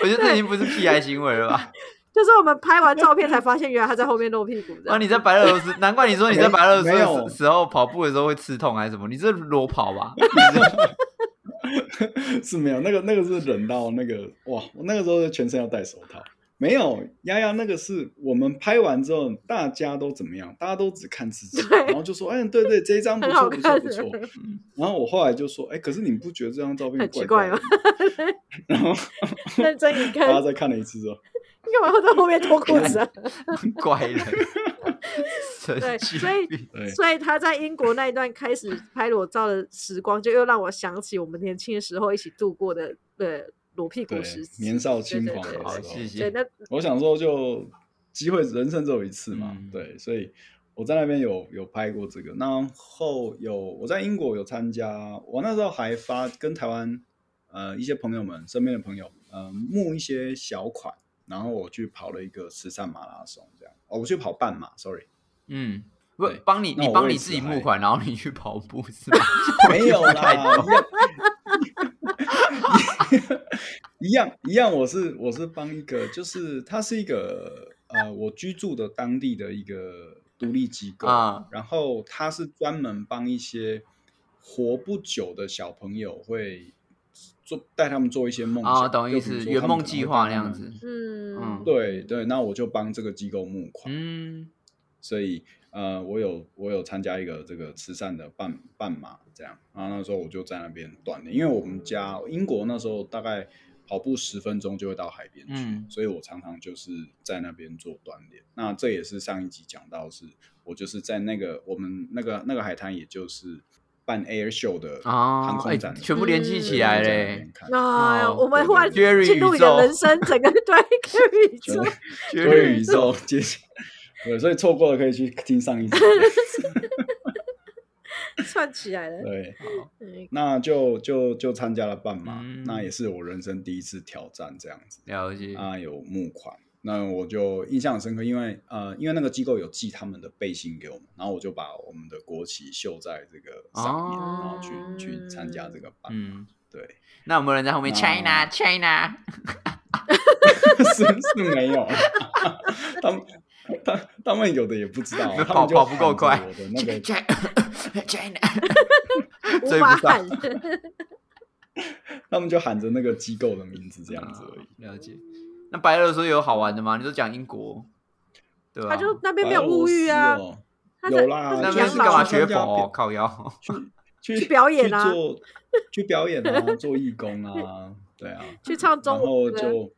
Speaker 2: 我觉得这已经不是 P I 行为了吧？
Speaker 1: 就是我们拍完照片才发现，原来他在后面露屁股这
Speaker 2: 啊，
Speaker 1: 样。
Speaker 2: 你在白俄罗斯，难怪你说你在白俄罗斯
Speaker 3: 没有
Speaker 2: 的时时候跑步的时候会刺痛还是什么？你这裸跑吧？你这
Speaker 3: <laughs> 是没有那个那个是冷到那个哇，我那个时候全身要戴手套，没有丫丫那个是我们拍完之后，大家都怎么样？大家都只看自己，然后就说：“哎，对对，这一张不
Speaker 1: 很
Speaker 3: 错
Speaker 1: 好
Speaker 3: 不错
Speaker 1: 看
Speaker 3: 不错。”然后我后来就说：“哎，可是你不觉得这张照片
Speaker 1: 很奇
Speaker 3: 怪
Speaker 1: 怪吗？
Speaker 3: 的
Speaker 1: <laughs>
Speaker 3: 然后
Speaker 1: 认真一
Speaker 3: 大 <laughs>
Speaker 1: 看
Speaker 3: 家，再看了一次之后，
Speaker 1: 你干嘛要在后面脱裤子啊？
Speaker 2: 怪人，
Speaker 1: 对
Speaker 2: 神经
Speaker 1: 所以
Speaker 2: 病。
Speaker 1: <laughs>
Speaker 3: 对，
Speaker 1: 所以他在英国那一段开始拍裸照的时光，就又让我想起我们年轻的时候一起度过的呃裸屁股
Speaker 3: 对
Speaker 1: 时期
Speaker 3: 年少轻
Speaker 1: 对对
Speaker 3: 狂的
Speaker 1: 对
Speaker 3: 时
Speaker 2: 好，
Speaker 3: 候，
Speaker 2: 谢
Speaker 1: 对，
Speaker 2: 谢。
Speaker 1: 那
Speaker 3: 我想说就机会人生只有一次嘛，
Speaker 2: 嗯
Speaker 3: 对，所以我在那边有有拍过这个，然后有我在英国有参加，我那时候还发跟台湾呃一些朋友们身边的朋友，呃募一些小款，然后我去跑了一个慈善马拉松，这样哦，我去跑半马，sorry，
Speaker 2: 嗯，不
Speaker 3: 对
Speaker 2: 帮你，
Speaker 3: 那
Speaker 2: 你
Speaker 3: 我
Speaker 2: 帮
Speaker 3: 位
Speaker 2: 你
Speaker 3: 置
Speaker 2: 自己
Speaker 3: 还
Speaker 2: 募款，然后你去跑步是吗？
Speaker 3: <laughs> 没有
Speaker 2: 太
Speaker 3: 啦
Speaker 2: 多，
Speaker 3: 一样 <laughs> 一样，我是我是帮一个，就是它是一个呃我居住的当地的一个独立机构，
Speaker 2: 啊
Speaker 3: 然后它是专门帮一些活不久的小朋友会做带他们做一些梦想，
Speaker 2: 啊，懂
Speaker 3: 就
Speaker 2: 意
Speaker 3: 比如
Speaker 2: 思，
Speaker 3: 说
Speaker 2: 圆
Speaker 3: 他们
Speaker 2: 梦
Speaker 3: 可能
Speaker 2: 计
Speaker 3: 会
Speaker 2: 划那
Speaker 3: 带他
Speaker 2: 样
Speaker 3: 们
Speaker 2: 子。
Speaker 1: 嗯
Speaker 2: 嗯
Speaker 3: 对对，那我就帮这个机构募款，
Speaker 2: 嗯，
Speaker 3: 所以呃，我有我有参加一个这个慈善的半半马这样，然后那时候我就在那边锻炼，因为我们家英国那时候大概跑步十分钟就会到海边去，
Speaker 2: 嗯
Speaker 3: 所以我常常就是在那边做锻炼。那这也是上一集讲到是，我就是在那个我们那个那个海滩，也就是办 air show 的
Speaker 2: 哦
Speaker 3: 航空
Speaker 2: 哎
Speaker 3: 展的时
Speaker 2: 全
Speaker 3: 候、
Speaker 2: 部联系
Speaker 1: 嗯
Speaker 2: 起来
Speaker 3: 我就在那
Speaker 2: 嘞
Speaker 3: 边。看
Speaker 1: 哎呀，
Speaker 2: 哦
Speaker 1: 我们忽然
Speaker 2: 对对对
Speaker 1: 进入你
Speaker 2: 元宇宙
Speaker 1: 的人生，整个对元宇宙
Speaker 2: 绝
Speaker 3: 全，部多
Speaker 2: 对
Speaker 3: 元宇宙接下，对，所以错过了可以去听上一集。
Speaker 1: 串起来了。
Speaker 3: 对，
Speaker 2: 好
Speaker 1: 嗯
Speaker 3: 那就就就参加了半马，
Speaker 2: 嗯
Speaker 3: 那也是我人生第一次挑战这样子。
Speaker 2: 了解。
Speaker 3: 啊，有募款，那我就印象很深刻，因为呃，因为那个机构有寄他们的背心给我们，然后我就把我们的国旗绣在这个上面，
Speaker 2: 哦
Speaker 3: 然后去去参加这个半马。
Speaker 2: 嗯，
Speaker 3: 对， <laughs>
Speaker 2: 那有没有人在后面 China
Speaker 3: 那
Speaker 2: China？
Speaker 3: 是是没有，他们他他们有的也不知道，啊
Speaker 2: <laughs>
Speaker 3: 他
Speaker 2: 跑
Speaker 3: 们就
Speaker 2: 跑不够
Speaker 3: 喊着
Speaker 2: 快
Speaker 3: 我的那个
Speaker 2: China <laughs> China，
Speaker 1: 无
Speaker 2: 追不
Speaker 1: 法
Speaker 2: 上
Speaker 1: 喊，
Speaker 3: 他们就喊着那个机构的名字这样子而已。
Speaker 2: 了解。那白俄罗斯有好玩的吗？你都讲英国，对吧？
Speaker 1: 他就那边没有
Speaker 3: 白俄罗
Speaker 1: 物欲
Speaker 3: 斯
Speaker 1: 啊，
Speaker 3: 哦
Speaker 1: 他在
Speaker 3: 有啦，
Speaker 1: 他
Speaker 2: 那
Speaker 1: 在
Speaker 2: 边
Speaker 1: 养
Speaker 2: 是
Speaker 1: 老
Speaker 2: 干嘛
Speaker 1: 啊
Speaker 2: 学佛？
Speaker 3: 跑？
Speaker 2: 靠腰。 <laughs>
Speaker 3: <laughs> 去
Speaker 1: 去表演啊
Speaker 3: 去做去表演啊，做义工
Speaker 1: <laughs>
Speaker 3: 啊，对啊，
Speaker 1: 去唱
Speaker 3: 然
Speaker 1: 中
Speaker 3: 后
Speaker 1: 文歌，
Speaker 3: 就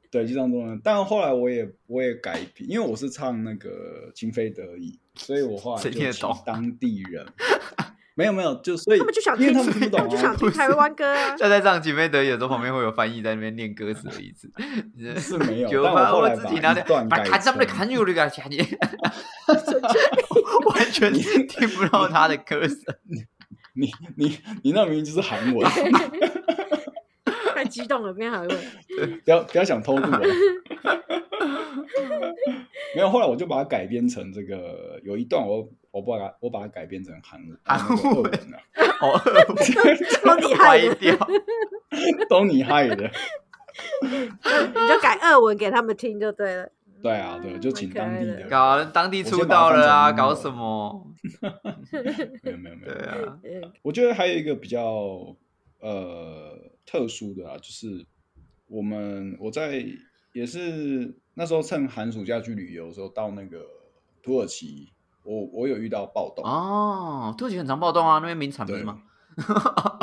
Speaker 1: <laughs>
Speaker 3: 对，就唱中文。但后来我也我也改编，因为我是唱那个情非得已，所以我后来
Speaker 2: 谁
Speaker 3: 就
Speaker 2: 听得
Speaker 3: 请
Speaker 2: 懂
Speaker 3: 当地
Speaker 2: <laughs>
Speaker 3: 人。没有没有，就所以
Speaker 1: 他们就想
Speaker 3: 因为
Speaker 1: 听
Speaker 3: 他们听不
Speaker 1: 他们
Speaker 3: 懂
Speaker 1: 就
Speaker 3: 啊
Speaker 1: 想，听台湾歌啊。
Speaker 2: 下在上集妹得有时候旁边会有翻译在那边念歌词的意思。 <laughs>
Speaker 3: 是没有。
Speaker 2: 就
Speaker 3: 但
Speaker 2: 把
Speaker 3: 后
Speaker 2: 我
Speaker 3: 来
Speaker 2: 自己拿
Speaker 3: 把
Speaker 2: 掉
Speaker 3: 一，段
Speaker 2: 把
Speaker 3: 改
Speaker 2: 卡这
Speaker 3: 成
Speaker 2: 么的卡住这个钱，
Speaker 3: <laughs>
Speaker 2: 完全听不到他的歌声。
Speaker 3: <laughs> 你你你那明明就是韩文，
Speaker 1: 太激动了，变韩文。
Speaker 3: 不要不要想偷
Speaker 1: <laughs>
Speaker 3: 渡啊！没有，后来我就把它改编成这个，有一段我我把它我把它改编成韩文，啊那个
Speaker 2: 韩
Speaker 3: 俄
Speaker 2: 文
Speaker 3: 文啊，
Speaker 2: 哦，
Speaker 1: 超厉害的
Speaker 2: 歪掉。
Speaker 3: <laughs> 都你害的。
Speaker 1: 你就改俄文给他们听就对了。
Speaker 3: 对啊，对，就
Speaker 1: 蛮
Speaker 3: 请
Speaker 1: 可
Speaker 3: 当
Speaker 1: 爱
Speaker 3: 地
Speaker 1: 的
Speaker 3: 人
Speaker 2: 搞当地出道了啊，搞什么？
Speaker 3: 没有没有没
Speaker 2: 对
Speaker 3: 有。
Speaker 2: 啊，
Speaker 1: <laughs> 嗯
Speaker 3: 我觉得还有一个比较呃特殊的啊，就是我们我在也是那时候趁寒暑假去旅游的时候，到那个土耳其，我我有遇到暴动，
Speaker 2: 哦，土耳其很常暴动啊，那边名产不是吗？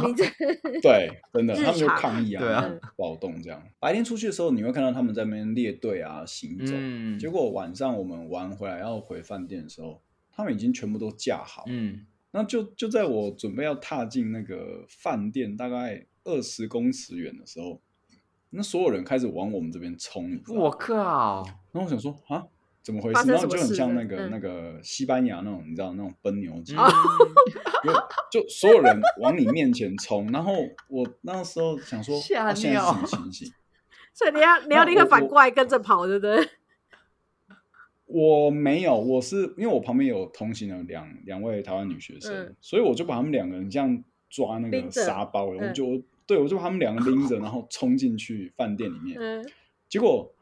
Speaker 1: 你这 <laughs>
Speaker 3: 对，真的，
Speaker 1: 日
Speaker 3: 他们就
Speaker 1: 常嗯
Speaker 3: 抗议啊，
Speaker 2: 对啊
Speaker 3: 暴动这样。白天出去的时候，你会看到他们在那边列队啊，行走。
Speaker 2: 嗯，
Speaker 3: 结果晚上我们玩回来要回饭店的时候，他们已经全部都架好了，
Speaker 2: 嗯，
Speaker 3: 那就就在我准备要踏进那个饭店大概二十公尺远的时候，那所有人开始往我们这边冲，你知道吗
Speaker 2: 我
Speaker 3: <laughs>
Speaker 2: 靠，
Speaker 3: 然后我想说啊，怎么回
Speaker 1: 发
Speaker 3: 事？
Speaker 1: 生
Speaker 3: 然
Speaker 1: 什
Speaker 3: 后
Speaker 1: 么
Speaker 3: 就很
Speaker 1: 事
Speaker 3: 像
Speaker 1: 了
Speaker 3: 那个、
Speaker 1: 嗯哦
Speaker 3: 那个西班牙那种，你知道那种奔牛 <laughs> 节，
Speaker 2: 嗯
Speaker 3: <laughs> 就就所有人往你面前冲。然后我那时候想说，
Speaker 2: 吓
Speaker 3: 啊、现在是
Speaker 2: 尿
Speaker 3: 什么情形？ <laughs>
Speaker 1: 所以你要你要立刻反过来跟着跑，对不对？ <laughs>
Speaker 3: 我没有，我是因为我旁边有同行的两两位台湾女学生，
Speaker 1: 嗯
Speaker 3: 所以我就把他们两个人像抓那
Speaker 1: 拎
Speaker 3: 个
Speaker 1: 着
Speaker 3: 沙包，然后
Speaker 1: 嗯
Speaker 3: 就、对我就把他们两个拎着，然后冲进去饭店里面。
Speaker 1: 嗯，
Speaker 3: 结果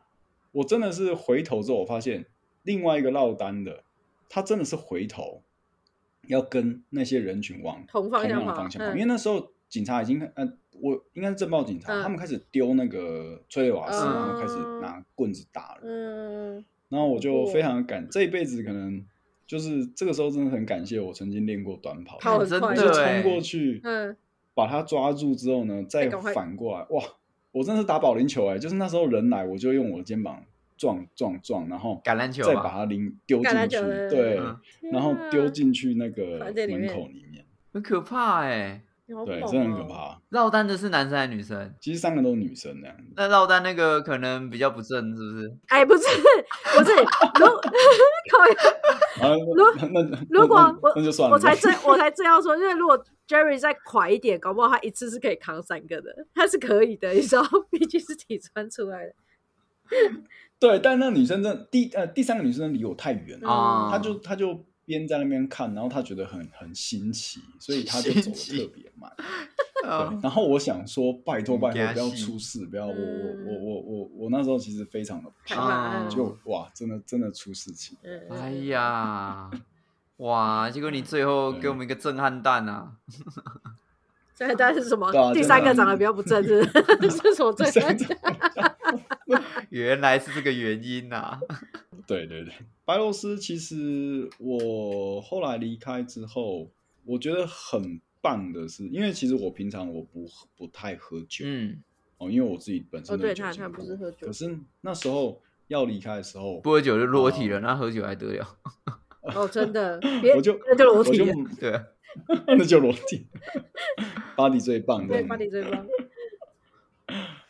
Speaker 3: 我真的是回头之后，我发现另外一个落单的，他真的是回头要跟那些人群往
Speaker 1: 同方向
Speaker 3: 样的
Speaker 1: 跑
Speaker 3: 方向
Speaker 1: 嗯
Speaker 3: 跑，因为那时候警察已经呃，我应该是镇暴警察，
Speaker 1: 嗯
Speaker 3: 他们开始丢那个催泪瓦斯，
Speaker 1: 嗯
Speaker 3: 然后开始拿棍子打人，
Speaker 1: 嗯，
Speaker 3: 然后我就
Speaker 1: 酷
Speaker 3: 非常感这一辈子可能就是这个时候真的很感谢我曾经练过短跑，
Speaker 1: 跑很
Speaker 2: 真
Speaker 1: 快
Speaker 3: 我
Speaker 2: 的
Speaker 3: 就
Speaker 2: 欸
Speaker 3: 冲过去，
Speaker 1: 嗯，
Speaker 3: 把他抓住之后呢，再
Speaker 1: 再赶快
Speaker 3: 反过来，哇，我真的是打保龄球哎、就是那时候人来我就用我的肩膀撞撞撞，然后
Speaker 2: 橄榄球
Speaker 3: 再把
Speaker 2: 吧，
Speaker 3: 它拎丢进
Speaker 1: 橄榄
Speaker 3: 去
Speaker 1: 球，的
Speaker 3: 对，
Speaker 2: 嗯
Speaker 3: 然后
Speaker 1: 啊
Speaker 3: 丢进去那个
Speaker 1: 房间里
Speaker 3: 门
Speaker 1: 面
Speaker 3: 口里面，
Speaker 2: 很可怕哎、
Speaker 1: 天啊，
Speaker 3: 对，
Speaker 1: 好
Speaker 3: 真的很
Speaker 1: 猛
Speaker 3: 可
Speaker 1: 哦。
Speaker 3: 怕。
Speaker 2: 落单的是男生还是女生？
Speaker 3: 其实三个都是女生那样子，
Speaker 2: 那落单那个可能比较不正，是不是？
Speaker 1: 哎，不是，不是，如 <laughs> 靠腰
Speaker 3: 啊， <laughs> 那那那
Speaker 1: 如果
Speaker 3: 那
Speaker 1: 我
Speaker 3: 那就算了，
Speaker 1: 我才正我才正要说，因为如果 Jerry 再垮一点，搞不好他一次是可以扛三个的，他是可以的，你知道， <laughs> 毕竟是体穿出来的。
Speaker 3: 对，但那女生真的第呃第三个女生离我太远了，
Speaker 1: 哦
Speaker 2: 啊、
Speaker 3: 她就她就边在那边看，然后她觉得很很新奇，所以她就走
Speaker 2: 新奇
Speaker 3: 的特别慢。对，
Speaker 2: 哦
Speaker 3: 然后我想说，拜托
Speaker 2: 嗯
Speaker 3: 拜
Speaker 2: 给
Speaker 3: 托，
Speaker 2: 她
Speaker 3: 不要
Speaker 2: 吸
Speaker 3: 出事，不要我
Speaker 1: 嗯
Speaker 3: 我我我我我那时候其实非常的
Speaker 1: 太
Speaker 3: 怕，
Speaker 1: 慢
Speaker 2: 啊嗯
Speaker 1: 了，
Speaker 3: 就哇，真的真的出事情。
Speaker 1: 嗯
Speaker 2: 哎，呀，哇！结果你最后给我们一个震撼
Speaker 1: <laughs>
Speaker 2: 弹啊！
Speaker 1: 所以但是什么
Speaker 3: 对啊？
Speaker 1: 第
Speaker 3: 真
Speaker 1: 三
Speaker 3: 的
Speaker 1: 个长得比较不正，是不是 <laughs> 是什么
Speaker 3: <laughs>
Speaker 1: 最
Speaker 3: 三种
Speaker 2: 原来是这个原因啊呐、
Speaker 3: 对对对， <laughs> 白罗斯其实我后来离开之后，我觉得很棒的是，因为其实我平常我不喝不太喝酒，
Speaker 2: 嗯，
Speaker 3: 哦，因为我自己本身
Speaker 1: 哦
Speaker 3: 的
Speaker 1: 对
Speaker 3: 酒
Speaker 1: 他
Speaker 3: 精
Speaker 1: 他
Speaker 3: 过
Speaker 1: 不是喝酒
Speaker 3: 可是那时候要离开的时候，
Speaker 2: 不喝酒就裸体了，那喝酒还得了？
Speaker 1: 哦，真的，别
Speaker 3: <laughs> 我就
Speaker 1: 那就裸体
Speaker 3: 我
Speaker 1: 了，
Speaker 3: 就
Speaker 2: 对啊，
Speaker 3: <laughs> 那就裸体 <laughs> ，body 最棒
Speaker 1: 对，
Speaker 3: 的。
Speaker 1: 把你追光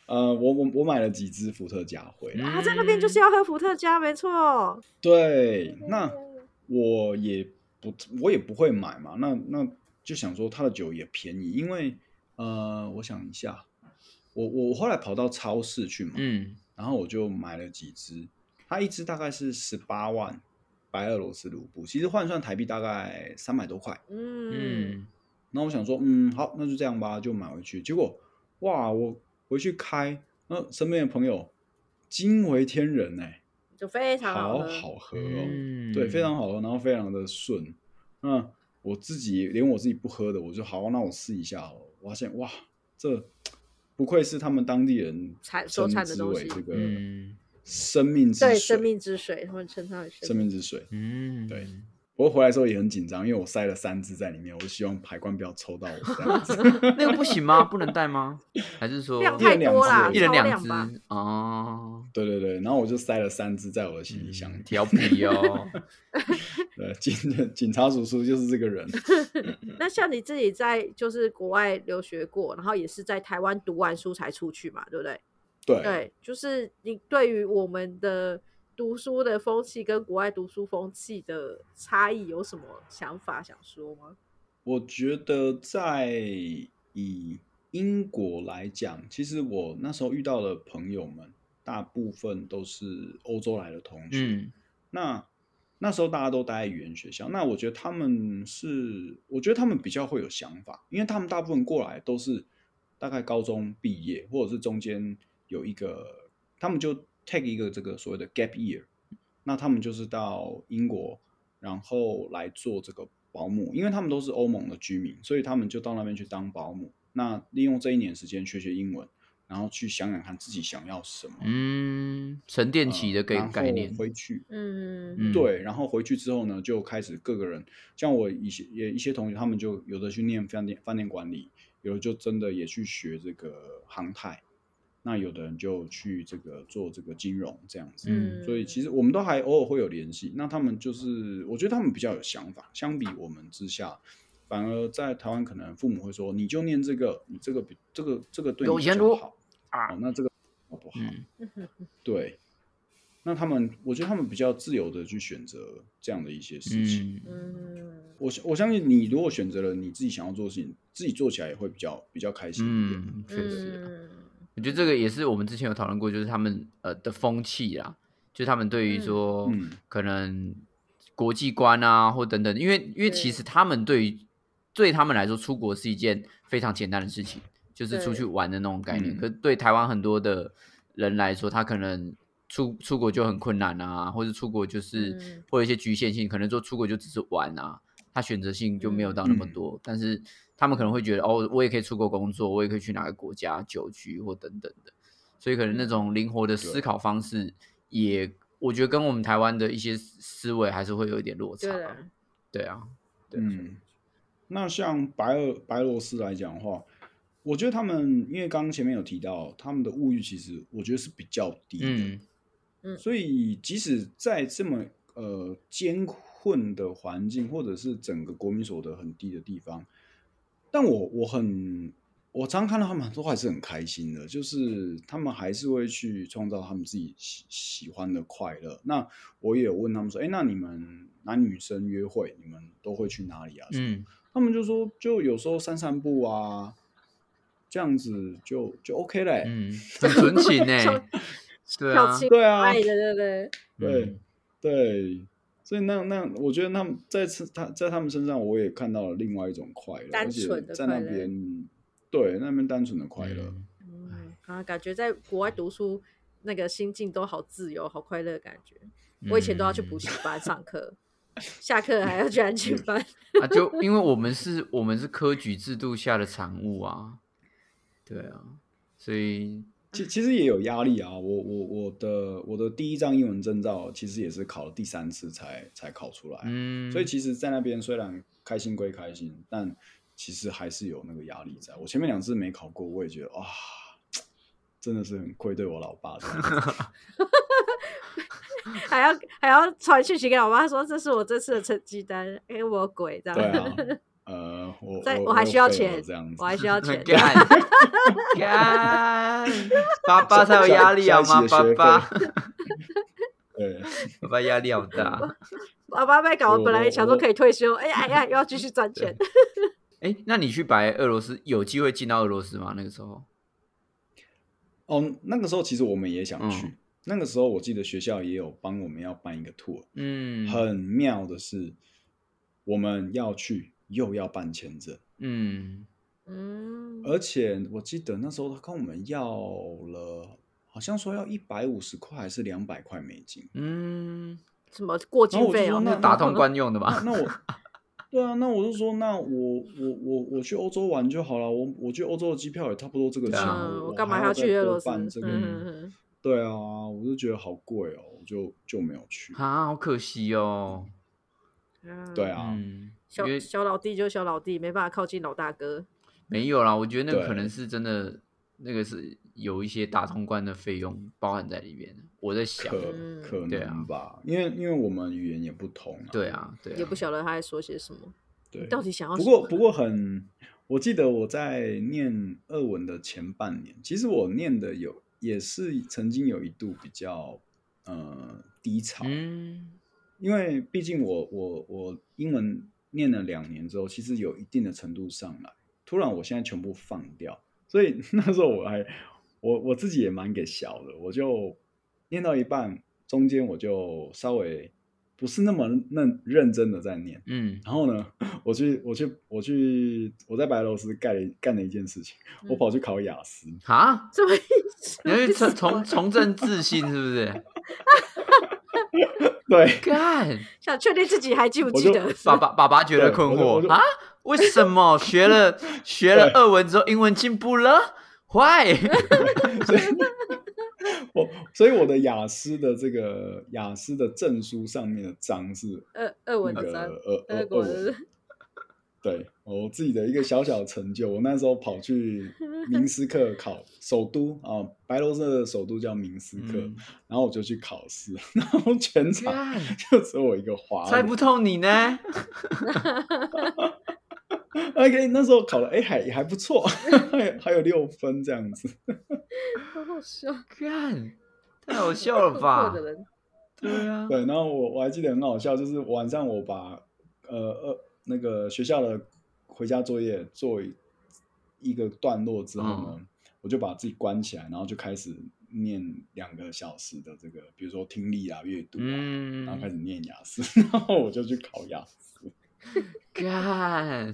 Speaker 3: 呃，我我我买了几支伏特加回来，
Speaker 1: 啊，在那边就是要喝伏特加，没错。
Speaker 3: 对，那我也不我也不会买嘛，那那就想说他的酒也便宜，因为呃，我想一下，我我后来跑到超市去嘛，
Speaker 2: 嗯，
Speaker 3: 然后我就买了几支，它一支大概是十八万白俄罗斯卢布，其实换算台币大概三百多块。
Speaker 1: 嗯，
Speaker 2: 嗯，
Speaker 3: 然后我想说，嗯，好，那就这样吧，就买回去。结果哇，我回去开，那身边的朋友惊为天人哎、
Speaker 1: 就非常
Speaker 3: 好
Speaker 1: 喝。
Speaker 3: 好喝哦。
Speaker 2: 嗯
Speaker 3: 对，非常好喝，然后非常的顺。那我自己连我自己不喝的，我就好，那我试一下哦。我发现哇，这不愧是他们当地人
Speaker 1: 产所
Speaker 3: 称
Speaker 1: 产的
Speaker 3: 之
Speaker 1: 东
Speaker 3: 为
Speaker 1: 西
Speaker 3: 这个
Speaker 2: 嗯
Speaker 3: 生命之水，
Speaker 1: 对，生命之水，他们称它为
Speaker 3: 生
Speaker 1: 生命。
Speaker 3: 命之水。
Speaker 2: 嗯，
Speaker 3: 对不过回来之后也很紧张，因为我塞了三支在里面，我就希望海关不要抽到我这
Speaker 1: <laughs>
Speaker 3: 样子。
Speaker 2: <laughs> 那个不行吗？不能带吗？还是说
Speaker 1: 量
Speaker 3: 一人
Speaker 1: 太多啦，
Speaker 3: 两
Speaker 2: 一人
Speaker 1: 超
Speaker 2: 两
Speaker 1: 量
Speaker 2: 只
Speaker 1: 吧。
Speaker 2: 哦？
Speaker 3: 对对对，然后我就塞了三支在我的行李箱里。
Speaker 1: 嗯
Speaker 2: 调皮哦，
Speaker 3: 对，警警察叔叔就是这个人。
Speaker 1: 那像你自己在就是国外留学过，然后也是在台湾读完书才出去嘛，对不对？
Speaker 3: 对，
Speaker 1: 对，就是你对于我们的读书的风气跟国外读书风气的差异有什么想法想说吗？
Speaker 3: 我觉得在以英国来讲，其实我那时候遇到的朋友们，大部分都是欧洲来的同学。
Speaker 2: <laughs> 嗯
Speaker 3: 那那时候大家都待在语言学校，那我觉得他们是，我觉得他们比较会有想法，因为他们大部分过来都是大概高中毕业，或者是中间有一个，他们就 take 一个这个所谓的 gap year，那他们就是到英国，然后来做这个保姆，因为他们都是欧盟的居民，所以他们就到那边去当保姆，那利用这一年时间学学英文，然后去想想看自己想要什么。
Speaker 2: 嗯，沉淀起的概
Speaker 3: 啊然后
Speaker 2: 概念，
Speaker 3: 回去，
Speaker 1: 嗯
Speaker 2: 嗯，
Speaker 3: 对，然后回去之后呢，就开始各个人，像我一些也一些同学，他们就有的去念饭店饭店管理，有的就真的也去学这个航太，那有的人就去这个做这个金融这样子。
Speaker 2: 嗯
Speaker 3: 所以其实我们都还偶尔会有联系。那他们就是，我觉得他们比较有想法，相比我们之下，反而在台湾可能父母会说，你就念这个，你这个比这个这个对你
Speaker 2: 有
Speaker 3: 比
Speaker 2: 前
Speaker 3: 较
Speaker 2: 途
Speaker 3: 好啊、哦，那这个好不好？
Speaker 2: 嗯
Speaker 3: 对，那他们，我觉得他们比较自由的去选择这样的一些事情。
Speaker 2: 嗯。
Speaker 1: 嗯，
Speaker 3: 我相我相信你，如果选择了你自己想要做的事情，自己做起来也会比较比较开心一点。
Speaker 2: 嗯，确实啊、
Speaker 1: 嗯，
Speaker 2: 我觉得这个也是我们之前有讨论过，就是他们呃的风气啦，就是他们对于
Speaker 1: 嗯
Speaker 2: 说、
Speaker 3: 嗯
Speaker 2: 可能国际观啊或等等，因为因为其
Speaker 1: 对
Speaker 2: 实他们对于对他们来说出国是一件非常简单的事情，就是出去
Speaker 1: 对
Speaker 2: 玩的那种概念。
Speaker 3: 嗯
Speaker 2: 可是对台湾很多的人来说，他可能出出国就很困难啊，或者出国就是、
Speaker 1: 嗯
Speaker 2: 会有一些局限性，可能说出国就只是玩啊，他选择性就没有到那么
Speaker 3: 嗯
Speaker 2: 多。但是他们可能会觉得哦，我也可以出国工作，我也可以去哪个国家久居或等等的，所以可能那种灵活的思考方式也，我觉得跟我们台湾的一些思维还是会有一点落差
Speaker 1: 对。啊的，
Speaker 2: 对啊，对啊，
Speaker 3: 嗯，那像白俄白罗斯来讲的话，我觉得他们因为刚刚前面有提到，他们的物欲其实我觉得是比较低的，
Speaker 2: 嗯
Speaker 3: 所以即使在这么呃艰困的环境，或者是整个国民所得很低的地方，但我我很我常看到他们都还是很开心的，就是他们还是会去创造他们自己喜喜欢的快乐。那我也有问他们说，哎，那你们男女生约会，你们都会去哪里啊？什么 <laughs>
Speaker 2: 嗯
Speaker 3: 他们就说，就有时候散散步啊，这样子就就 OK 嘞、
Speaker 2: 嗯，
Speaker 3: <laughs>
Speaker 2: 很纯情呢、
Speaker 1: 小
Speaker 2: 对
Speaker 1: 小
Speaker 2: 啊，
Speaker 1: 情
Speaker 3: 对啊，
Speaker 1: 爱的，对对
Speaker 3: 对
Speaker 2: 嗯
Speaker 3: 对，所以那那我觉得那在此他在他们身上，我也看到了另外一种快乐，
Speaker 1: 单
Speaker 3: 而且
Speaker 1: 纯的
Speaker 3: 在
Speaker 1: 快
Speaker 3: 那
Speaker 1: 乐
Speaker 3: 边，对那边单纯的快乐，
Speaker 2: 嗯
Speaker 1: 嗯啊，感觉在国外读书那个心境都好自由、好快乐的感觉。我以前都要去补
Speaker 3: 嗯
Speaker 1: 习班上课，下课还要去安
Speaker 3: <laughs>
Speaker 1: 静班。
Speaker 2: <laughs> 啊，就因为我们是，我们是科举制度下的产物啊，对啊，所以
Speaker 3: 其其实也有压力啊。我我我的我的第一张英文证照，其实也是考了第三次才才考出来，
Speaker 2: 嗯，
Speaker 3: 哎所以其实，在那边虽然开心归开心，但其实还是有那个压力在。我前面两次没考过，我也觉得啊，真的是很愧对我老爸这样子。
Speaker 1: 还要还要传讯息给老妈说这是我这次的成绩单，哎，我有鬼这样。
Speaker 3: 对
Speaker 1: <laughs>
Speaker 3: 啊，呃，我
Speaker 1: 在
Speaker 3: 我
Speaker 1: 我还
Speaker 3: 有
Speaker 1: 需要
Speaker 3: 废了
Speaker 1: 钱
Speaker 3: 这样子，
Speaker 1: 我还需要
Speaker 3: <laughs>
Speaker 1: 钱。
Speaker 2: 干
Speaker 1: <laughs>
Speaker 2: 干，爸爸才有压力好吗？爸
Speaker 3: 下一期的学费
Speaker 2: 爸，
Speaker 3: 对，
Speaker 2: 爸爸压力好大。 <laughs>
Speaker 1: 爸爸被搞，
Speaker 3: 我
Speaker 1: 本来
Speaker 3: 我
Speaker 1: 想说
Speaker 3: 我
Speaker 1: 可以退休，哎呀哎呀，又要继续赚钱。 <laughs>
Speaker 2: 哎，那你去白俄罗斯有机会进到俄罗斯吗？那个时候，
Speaker 3: 哦，那个时候其实我们也想去，
Speaker 2: 嗯
Speaker 3: 那个时候我记得学校也有帮我们要办一个 tour，、
Speaker 2: 嗯，
Speaker 3: 很妙的是，我们要去又要办签证，
Speaker 2: 嗯，
Speaker 1: 嗯，
Speaker 3: 而且我记得那时候他跟我们要了，好像说要一百五十块还是两百块美金，
Speaker 2: 嗯，
Speaker 1: 什么过
Speaker 3: 然
Speaker 1: 境
Speaker 3: 后我就
Speaker 1: 费
Speaker 3: 说
Speaker 1: 哦？
Speaker 3: 那
Speaker 2: 打通关用的
Speaker 3: 那
Speaker 2: 吧？ <laughs>
Speaker 3: 那我，对啊，那我就说，那我我我我去欧洲玩就好了，我我去欧洲的机票也差不多这个
Speaker 2: 对
Speaker 3: 钱，
Speaker 2: 啊
Speaker 1: 嗯，
Speaker 3: 我
Speaker 1: 我干嘛
Speaker 3: 还
Speaker 1: 要
Speaker 3: 再
Speaker 1: 去俄
Speaker 3: 多
Speaker 1: 罗斯？
Speaker 3: 办这
Speaker 1: 嗯
Speaker 3: 个
Speaker 1: 嗯嗯，
Speaker 3: 对啊，我就觉得好贵哦，我就就没有去。
Speaker 2: 啊，好可惜哦。
Speaker 1: 嗯
Speaker 3: 对，啊，
Speaker 2: 嗯，因
Speaker 1: 小
Speaker 2: 为
Speaker 1: 小老弟就小老弟，没办法靠近老大哥。
Speaker 2: 没有啦，我觉得那个可
Speaker 3: 对
Speaker 2: 能是真的，那个是有一些打通关的费用包含在里面的。我在想，
Speaker 3: 可
Speaker 1: 嗯
Speaker 3: 可
Speaker 2: 对啊
Speaker 3: 能吧，因为因为我们语言也不同啊。
Speaker 2: 对啊，对啊，
Speaker 1: 也不晓得他在说些什么，
Speaker 3: 对，
Speaker 1: 到底想要
Speaker 3: 不
Speaker 1: 什
Speaker 3: 过
Speaker 1: 么
Speaker 3: 不过很，我记得我在念俄文的前半年，其实我念的有也是曾经有一度比较呃低潮，
Speaker 2: 嗯
Speaker 3: 因为毕竟我我我英文念了两年之后，其实有一定的程度上来，突然我现在全部放掉，所以 <laughs> 那时候我还我我自己也蛮给小的，我就念到一半，中间我就稍微不是那么认认真的在念。
Speaker 2: 嗯，
Speaker 3: 然后呢， <laughs> 我去我去我去我在白俄罗斯干了干了一件事情，我
Speaker 1: 嗯
Speaker 3: 跑去考雅思， <laughs>
Speaker 1: <laughs>
Speaker 2: 啊，
Speaker 1: 这么意思？
Speaker 2: 你要去重重重振自信是不是？
Speaker 3: 对，
Speaker 2: 干，
Speaker 1: 想确定自己还记不
Speaker 3: 我
Speaker 1: 记
Speaker 3: 就
Speaker 1: 得？
Speaker 2: <laughs> 爸爸爸爸觉得
Speaker 3: 对
Speaker 2: 困
Speaker 3: 我就我
Speaker 2: 惑
Speaker 3: 就
Speaker 2: 啊，为什
Speaker 3: <laughs>
Speaker 2: 么学了学了
Speaker 3: 对
Speaker 2: 俄文之后英文进步了？Why？
Speaker 3: <laughs> 所以我所以我的雅思的这个雅思的证书上面的章是
Speaker 1: 俄俄文
Speaker 3: 那
Speaker 1: 的
Speaker 3: 个
Speaker 1: 章，
Speaker 3: 俄
Speaker 1: 俄
Speaker 3: 俄
Speaker 1: 国
Speaker 3: 文 <laughs>
Speaker 1: 的，
Speaker 3: 呃对我自己的一个小小成就。我那时候跑去明斯克考首都啊、白罗斯的首都叫明斯克，
Speaker 2: 嗯
Speaker 3: 然后我就去考试， <laughs> 然后全场
Speaker 2: 干
Speaker 3: 就只有我一个华
Speaker 2: 猜
Speaker 3: 人
Speaker 2: 不。透你呢？
Speaker 3: OK，那时候考了，哎，还也还不错， <laughs> 还有还有六分这样子。
Speaker 1: 好好笑，
Speaker 2: 干，太好笑
Speaker 1: 困
Speaker 2: 了
Speaker 1: 惑
Speaker 2: 吧
Speaker 1: 的？
Speaker 2: <laughs>
Speaker 1: 人，
Speaker 2: 对啊，
Speaker 3: 对，然后我我还记得很好笑，就是晚上我把呃呃那个学校的回家作业做一一个段落之后呢，
Speaker 2: 嗯
Speaker 3: 我就把自己关起来，然后就开始念两个小时的这个，比如说听力啊、阅读啊，然后开
Speaker 2: 嗯，
Speaker 3: 始念雅思， <laughs> 然后我就去考雅思。
Speaker 2: 干，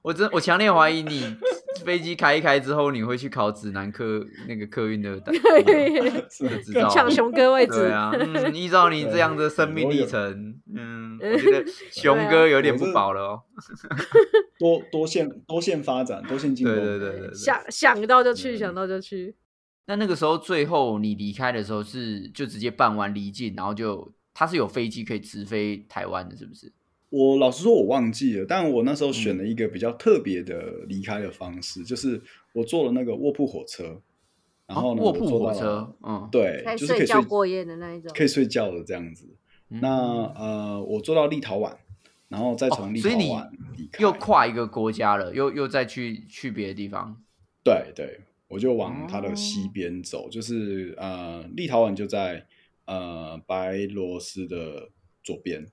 Speaker 2: 我真我强烈怀疑你飞机开一开之后，你会去考指南客那个客运 <laughs> 的单。<laughs>
Speaker 3: 是
Speaker 2: 我知道，
Speaker 1: 抢熊哥位置，
Speaker 2: 对啊，嗯，依照你这样 <laughs> 的生命历程，嗯，我觉得熊哥有点不保了哦。
Speaker 3: <laughs> 多多线多线发展，多线进
Speaker 2: 对
Speaker 3: 攻。
Speaker 2: 对对对对。
Speaker 1: 想想到就去，
Speaker 3: 嗯
Speaker 1: 想到就去。
Speaker 2: 那那个时候最后你离开的时候是就直接办完离境，然后就它是有飞机可以直飞台湾的，是不是？
Speaker 3: 我老实说，我忘记了，但我那时候选
Speaker 2: 嗯
Speaker 3: 了一个比较特别的离开的方式，就是我坐了那个卧铺火车，然后呢，
Speaker 2: 哦卧
Speaker 3: 我
Speaker 2: 铺
Speaker 3: 坐
Speaker 2: 火
Speaker 3: 到了
Speaker 2: 车，，嗯，
Speaker 3: 对
Speaker 1: 可以，
Speaker 3: 就是可
Speaker 1: 睡
Speaker 3: 以
Speaker 1: 觉
Speaker 3: 睡
Speaker 1: 过夜的那一种
Speaker 3: 可以睡觉的这样子。
Speaker 2: 嗯
Speaker 3: 那呃，我坐到立陶宛，然后再
Speaker 2: 哦
Speaker 3: 从立
Speaker 2: 所
Speaker 3: 陶
Speaker 2: 以你
Speaker 3: 宛离开，
Speaker 2: 又跨一个国家了，又又再去去别的地方，
Speaker 3: 对对，我就往它
Speaker 2: 哦
Speaker 3: 的西边走，就是呃，立陶宛就在呃白罗斯的左
Speaker 2: 嗯
Speaker 3: 边。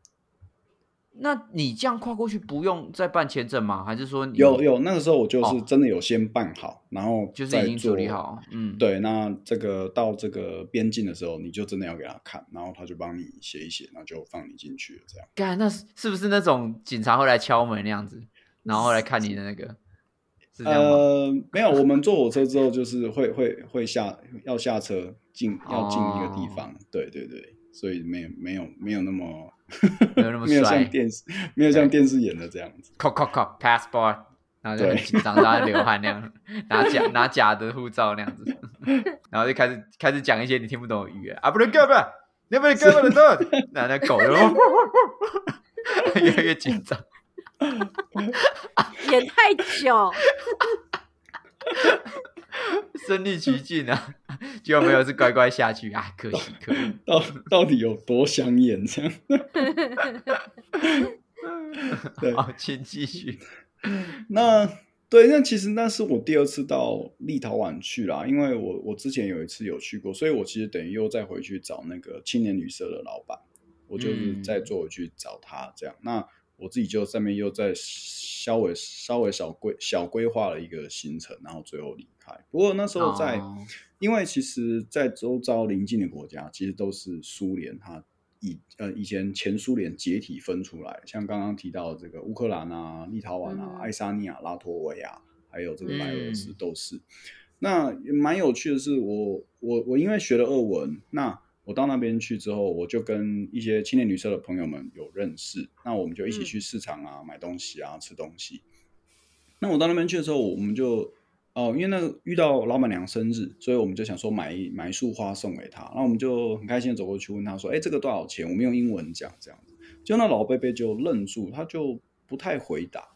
Speaker 2: 那你这样跨过去不用再办签证吗？还是说你
Speaker 3: 有有，那个时候我就是
Speaker 2: 哦
Speaker 3: 真的有先办好，然后
Speaker 2: 就是
Speaker 3: 再
Speaker 2: 已经处理
Speaker 3: 做
Speaker 2: 好？嗯，，
Speaker 3: 对，那这个到这个边境的时候，你就真的要给他看，然后他就帮你写一写，然后就放你进去了。这样
Speaker 2: 干那是是不是那种警察会来敲门那样子，然后来看你的那个，是这样吗？
Speaker 3: 呃，没有，我们坐火车之后就是会会会下要下车进要进一个地
Speaker 2: 哦
Speaker 3: 方，对对对，所以没有没有没有那么
Speaker 2: 没有那么
Speaker 3: 没有
Speaker 2: 帅
Speaker 3: 像，电视没有像
Speaker 2: 对
Speaker 3: 电视演的这样子。
Speaker 2: 扣扣扣 passport，然后就很
Speaker 3: 对
Speaker 2: 紧张，然后流汗那样，拿假拿假的护照那样子， <laughs> 然后就开始开始讲一些你听不懂的语言啊，不能干嘛？你不能干嘛的？那那狗就 <laughs> 越来越紧张，
Speaker 1: 演太
Speaker 2: <laughs>
Speaker 1: 久，
Speaker 2: 身临其境啊！结果没有是乖乖下去啊，可惜可惜。
Speaker 3: 到到底有多想演这样？对
Speaker 2: 好，请继
Speaker 3: <laughs>
Speaker 2: 续。嗯
Speaker 3: 那对，那其实那是我第二次到立陶宛去啦，因为我我之前有一次有去过，所以我其实等于又再回去找那个青年旅社的老板，我就是
Speaker 2: 嗯
Speaker 3: 再坐回去找他这样。那我自己就上面又再稍微稍微小规小规划了一个行程，然后最后离开。不过那时候在，
Speaker 2: 哦
Speaker 3: 因为其实，在周遭邻近的国家，其实都是苏联它以呃以前前苏联解体分出来，像刚刚提到的这个乌克兰啊、立陶宛啊、
Speaker 1: 嗯
Speaker 3: 爱沙尼亚、拉脱维亚，还有这个白俄罗斯
Speaker 2: 嗯
Speaker 3: 都是。那蛮有趣的是我，我我因为学了俄文，那我到那边去之后，我就跟一些青年旅社的朋友们有认识，那我们就一起
Speaker 1: 嗯
Speaker 3: 去市场啊、买东西啊、吃东西。那我到那边去的时候，我们就哦，因为那个遇到老板娘生日，所以我们就想说买一买一束花送给她。然后我们就很开心的走过去问她说：“哎，这个多少钱？”我们用英文讲这样子，就那老贝贝就愣住，他就不太回答。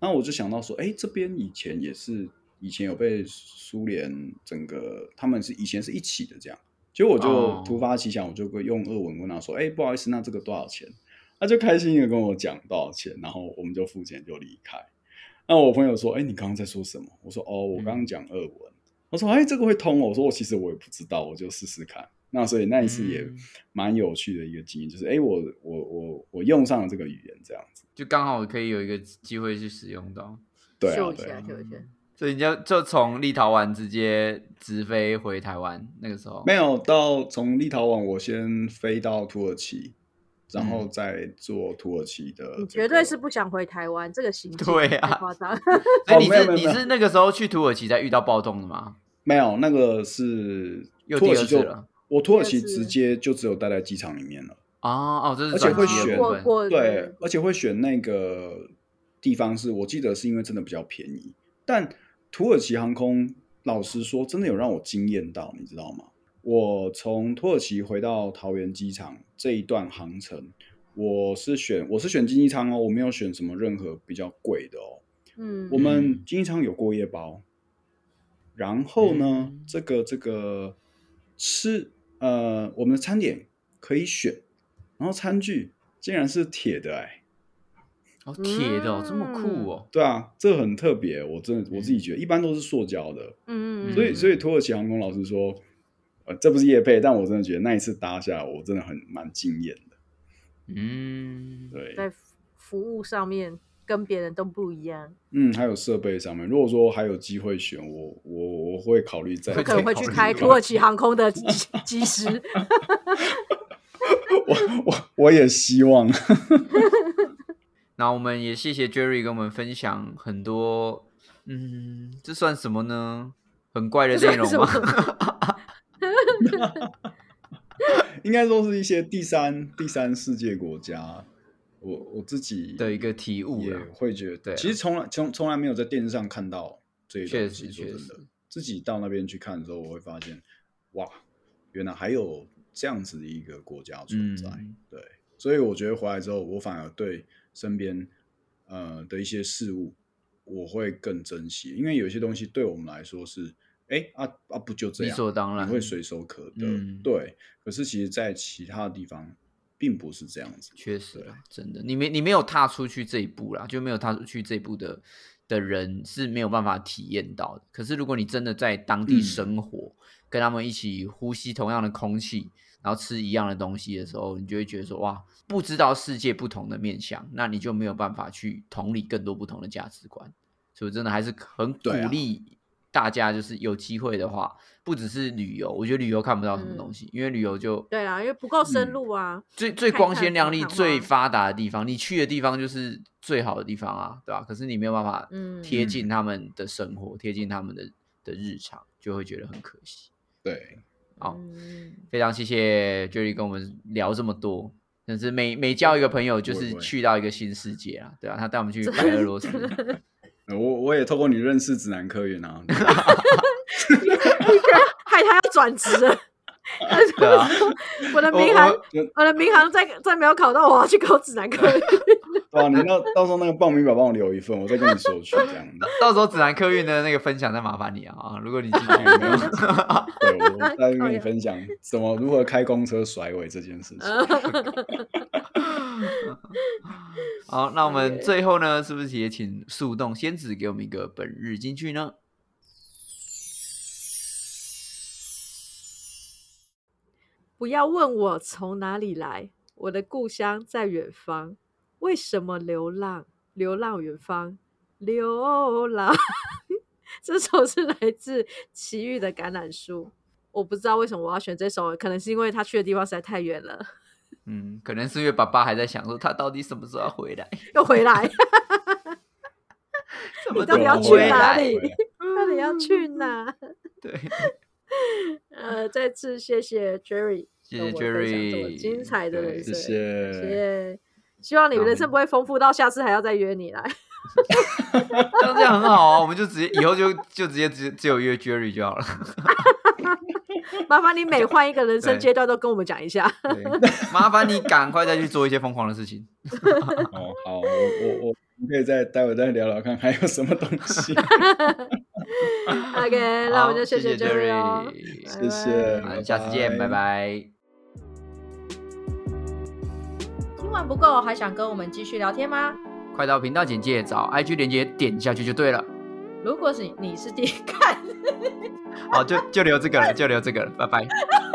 Speaker 3: 然后我就想到说：“哎，这边以前也是，以前有被苏联整个他们是以前是一起的这样。”结果我
Speaker 2: 哦
Speaker 3: 就突发奇想，我就会用俄文问他说：“哎，不好意思，那这个多少钱？”他就开心的跟我讲多少钱，然后我们就付钱就离开。那我朋友说：“哎、你刚刚在说什么？”我说：“哦，我刚刚讲俄文。我说：“哎、这个会通哦。”我说：“我其实我也不知道，我就试试看。”那所以那一次也
Speaker 2: 嗯
Speaker 3: 蛮有趣的一个经验，就是哎、我我我我用上了这个语言，这样子。
Speaker 2: 就刚好可以有一个机会去使用到，
Speaker 3: 对
Speaker 1: 秀
Speaker 3: 啊，
Speaker 1: 一
Speaker 3: 对
Speaker 1: 下，
Speaker 3: 啊，
Speaker 1: 秀一下。
Speaker 2: 所以你就就从立陶宛直接直飞回台湾。那个时候
Speaker 3: 没有到从立陶宛，我先飞到土耳其，然后
Speaker 2: 嗯
Speaker 3: 再做土耳其的、
Speaker 1: 你绝对是不想回台湾，这个行径
Speaker 2: 呃对啊
Speaker 1: 太夸张。
Speaker 2: 所以
Speaker 3: 哦
Speaker 2: 哎你
Speaker 3: 没有
Speaker 2: 是、
Speaker 3: 没有
Speaker 2: 你
Speaker 3: 没有
Speaker 2: 是那个时候去土耳其才遇到暴动的吗？
Speaker 3: 没有那个是
Speaker 2: 又
Speaker 3: 土耳
Speaker 2: 第二
Speaker 3: 其
Speaker 2: 次
Speaker 3: 就
Speaker 2: 了
Speaker 3: 我土耳其
Speaker 1: 第二次
Speaker 3: 直接就只有待在机场里面了。
Speaker 2: 哦哦，这是
Speaker 3: 而且会
Speaker 2: 转机的
Speaker 3: 选
Speaker 2: 部
Speaker 1: 过
Speaker 2: 分
Speaker 1: 过
Speaker 3: 对，而且会选那个地方是，我记得是因为真的比较便宜。但土耳其航空，老实说，真的有让我惊艳到，你知道吗？我从土耳其回到桃园机场这一段航程，我是选我是选经济舱哦，我没有选什么任何比较贵的哦。
Speaker 1: 嗯，
Speaker 3: 我们经济舱有过夜包，然后呢，
Speaker 2: 嗯
Speaker 3: 这个这个吃呃，我们的餐点可以选，然后餐具竟然是铁的哎、
Speaker 2: 哦，铁的、哦，这么
Speaker 1: 嗯
Speaker 2: 酷哦。
Speaker 3: 对啊，这很特别，我真的我自己觉得，一般都是塑胶的，
Speaker 1: 嗯嗯嗯，
Speaker 3: 所以所以土耳其航空老师说，呃，这不是夜配，但我真的觉得那一次搭下来，我真的很蛮惊艳的，
Speaker 2: 嗯，
Speaker 3: 对，
Speaker 1: 在服服务上面跟别人都不一样，
Speaker 3: 嗯，还有设备上面，如果说还有机会选，我我我会考虑再，
Speaker 1: 我可能会去开
Speaker 3: 再考
Speaker 1: 土
Speaker 3: 虑
Speaker 1: 耳其航空的机 <laughs> 机师。
Speaker 3: 我我我也希望，
Speaker 2: 那我们也谢谢 Jerry 跟我们分享很多，嗯，这算什么呢？很怪的内容
Speaker 1: 这
Speaker 2: 吗 <laughs>
Speaker 1: 算？什
Speaker 3: 应该说是一些第三第三世界国家，我我我自己
Speaker 2: 的一个体悟
Speaker 3: 也
Speaker 2: 啦。
Speaker 3: 会觉得，
Speaker 2: 对啊
Speaker 3: 其实从来从从来没有在电视上看到这一
Speaker 2: 确
Speaker 3: 东
Speaker 2: 实
Speaker 3: 西。说
Speaker 2: 确
Speaker 3: 真的
Speaker 2: 实，
Speaker 3: 自己到那边去看的时候，我会发现，哇，原来还有这样子的一个国家存在。
Speaker 2: 嗯，
Speaker 3: 对，所以我觉得回来之后，我反而对身边呃的一些事物，我会更珍惜，因为有些东西对我们来说是，哎啊啊不就这
Speaker 2: 理
Speaker 3: 样，
Speaker 2: 所当然
Speaker 3: 你，会随手可得，
Speaker 2: 嗯
Speaker 3: 对。可是其实，在其他地方并不是这样子，
Speaker 2: 确实
Speaker 3: 对
Speaker 2: 啦，真的，你没你没有踏出去这一步啦，就没有踏出去这一步的的人是没有办法体验到的。可是如果你真的在当地
Speaker 3: 嗯
Speaker 2: 生活，跟他们一起呼吸同样的空气，然后吃一样的东西的时候，你就会觉得说哇，不知道世界不同的面向，那你就没有办法去同理更多不同的价值观。所以我真的还是很鼓
Speaker 3: 对啊
Speaker 2: 励大家，就是有机会的话，不只是旅游，我觉得旅游看不到什么
Speaker 1: 嗯
Speaker 2: 东西，因为旅游就
Speaker 1: 对啊，因为不够深
Speaker 3: 嗯
Speaker 1: 入啊。
Speaker 2: 最最
Speaker 1: 看
Speaker 2: 光
Speaker 1: 看
Speaker 2: 鲜亮
Speaker 1: 看
Speaker 2: 丽、
Speaker 1: 看
Speaker 2: 最
Speaker 1: 花
Speaker 2: 发达的地方，你去的地方就是最好的地方啊，对吧、可是你没有办法
Speaker 1: 嗯，
Speaker 2: 贴近他们的生活，贴近他们的的日常，就会觉得很可惜。
Speaker 3: 对，
Speaker 2: 好
Speaker 3: 哦
Speaker 1: 嗯
Speaker 2: 非常谢谢 Jerry 跟我们聊这么多，但是每每交一个朋友，就
Speaker 3: 不会
Speaker 2: 是
Speaker 3: 不会
Speaker 2: 去到一个新世界啊，对啊，他带我们去白俄罗斯，
Speaker 3: 呃我我也透过你认识指南科
Speaker 2: <laughs>
Speaker 3: 员啊，
Speaker 1: 害他要转职
Speaker 3: <laughs>
Speaker 1: 了。他
Speaker 2: 对
Speaker 1: 说
Speaker 2: 啊，
Speaker 1: <laughs> 我的
Speaker 3: 我
Speaker 1: 民航，
Speaker 3: 我对
Speaker 1: 我的民航再再没有考到，我要去考指南
Speaker 3: <laughs>
Speaker 1: 科。
Speaker 3: 啊，你那到时候那个报名表帮我留一份，我再跟你说去这样子。
Speaker 2: 到时候指南客运的那个分享再麻烦你啊啊，如果你进去
Speaker 3: 没
Speaker 1: <laughs>
Speaker 2: 没有
Speaker 3: 问题
Speaker 2: <laughs>
Speaker 3: 对，我再
Speaker 1: 靠
Speaker 3: 跟你
Speaker 1: 腰
Speaker 3: 分享怎么如何开公车甩尾这件事情。
Speaker 2: 嗯
Speaker 1: 嗯
Speaker 2: 好，那我们
Speaker 1: 对
Speaker 2: 最后呢，是不是也请速冻仙子给我们一个本日金句呢？
Speaker 1: 不要问我从哪里来，我的故乡在远方。为什么流浪？流浪远方，流浪。 <laughs> 这首是来自奇遇的橄榄树。我不知道为什么我要选这首，可能是因为他去的地方实在太远了，
Speaker 2: 嗯，可能是因为爸爸还在想说他到底什么时候要回来，
Speaker 1: 又回
Speaker 2: <laughs>
Speaker 1: 来，
Speaker 2: 什么
Speaker 1: 到底
Speaker 2: 时
Speaker 1: 要
Speaker 2: 候
Speaker 1: 去
Speaker 2: 回
Speaker 1: 哪
Speaker 2: 来？
Speaker 1: 里？到底要去
Speaker 2: <laughs>
Speaker 1: 哪？
Speaker 2: 对，
Speaker 1: 呃，再次谢谢 Jerry，
Speaker 2: 谢
Speaker 1: 跟
Speaker 2: 谢
Speaker 1: 我分享这么
Speaker 2: Jerry，
Speaker 1: 精彩的人
Speaker 2: 对
Speaker 1: 生，
Speaker 3: 谢谢
Speaker 1: 谢谢希望你
Speaker 2: 好
Speaker 1: 人生不会丰富到下次还要再约你来。
Speaker 2: 这样这样很好啊，我们就直接以后就就直接只只有约 Jerry 就好了。
Speaker 1: 麻烦你每换一个人生
Speaker 2: 对
Speaker 1: 阶段都跟我们讲一
Speaker 2: <laughs>
Speaker 1: 下。
Speaker 2: 对，麻烦你赶快再去做一些疯狂的
Speaker 1: <laughs>
Speaker 2: 事情。
Speaker 3: 哦，好，我我我可以再待会再聊聊看还有什么东
Speaker 2: <laughs>
Speaker 3: 西。
Speaker 1: OK，那我
Speaker 2: 好
Speaker 1: 们就
Speaker 2: 谢
Speaker 1: 谢 Jerry 哦，
Speaker 2: Jerry
Speaker 3: 谢谢，
Speaker 2: 好下次见，拜拜。
Speaker 1: 听完不够，还想跟我们继续聊天吗？
Speaker 2: 快到频道简介找 IG 连接点下去就对了。
Speaker 1: 如果是你是第一看，
Speaker 2: 好，就就留这个了，就留这个了，拜拜。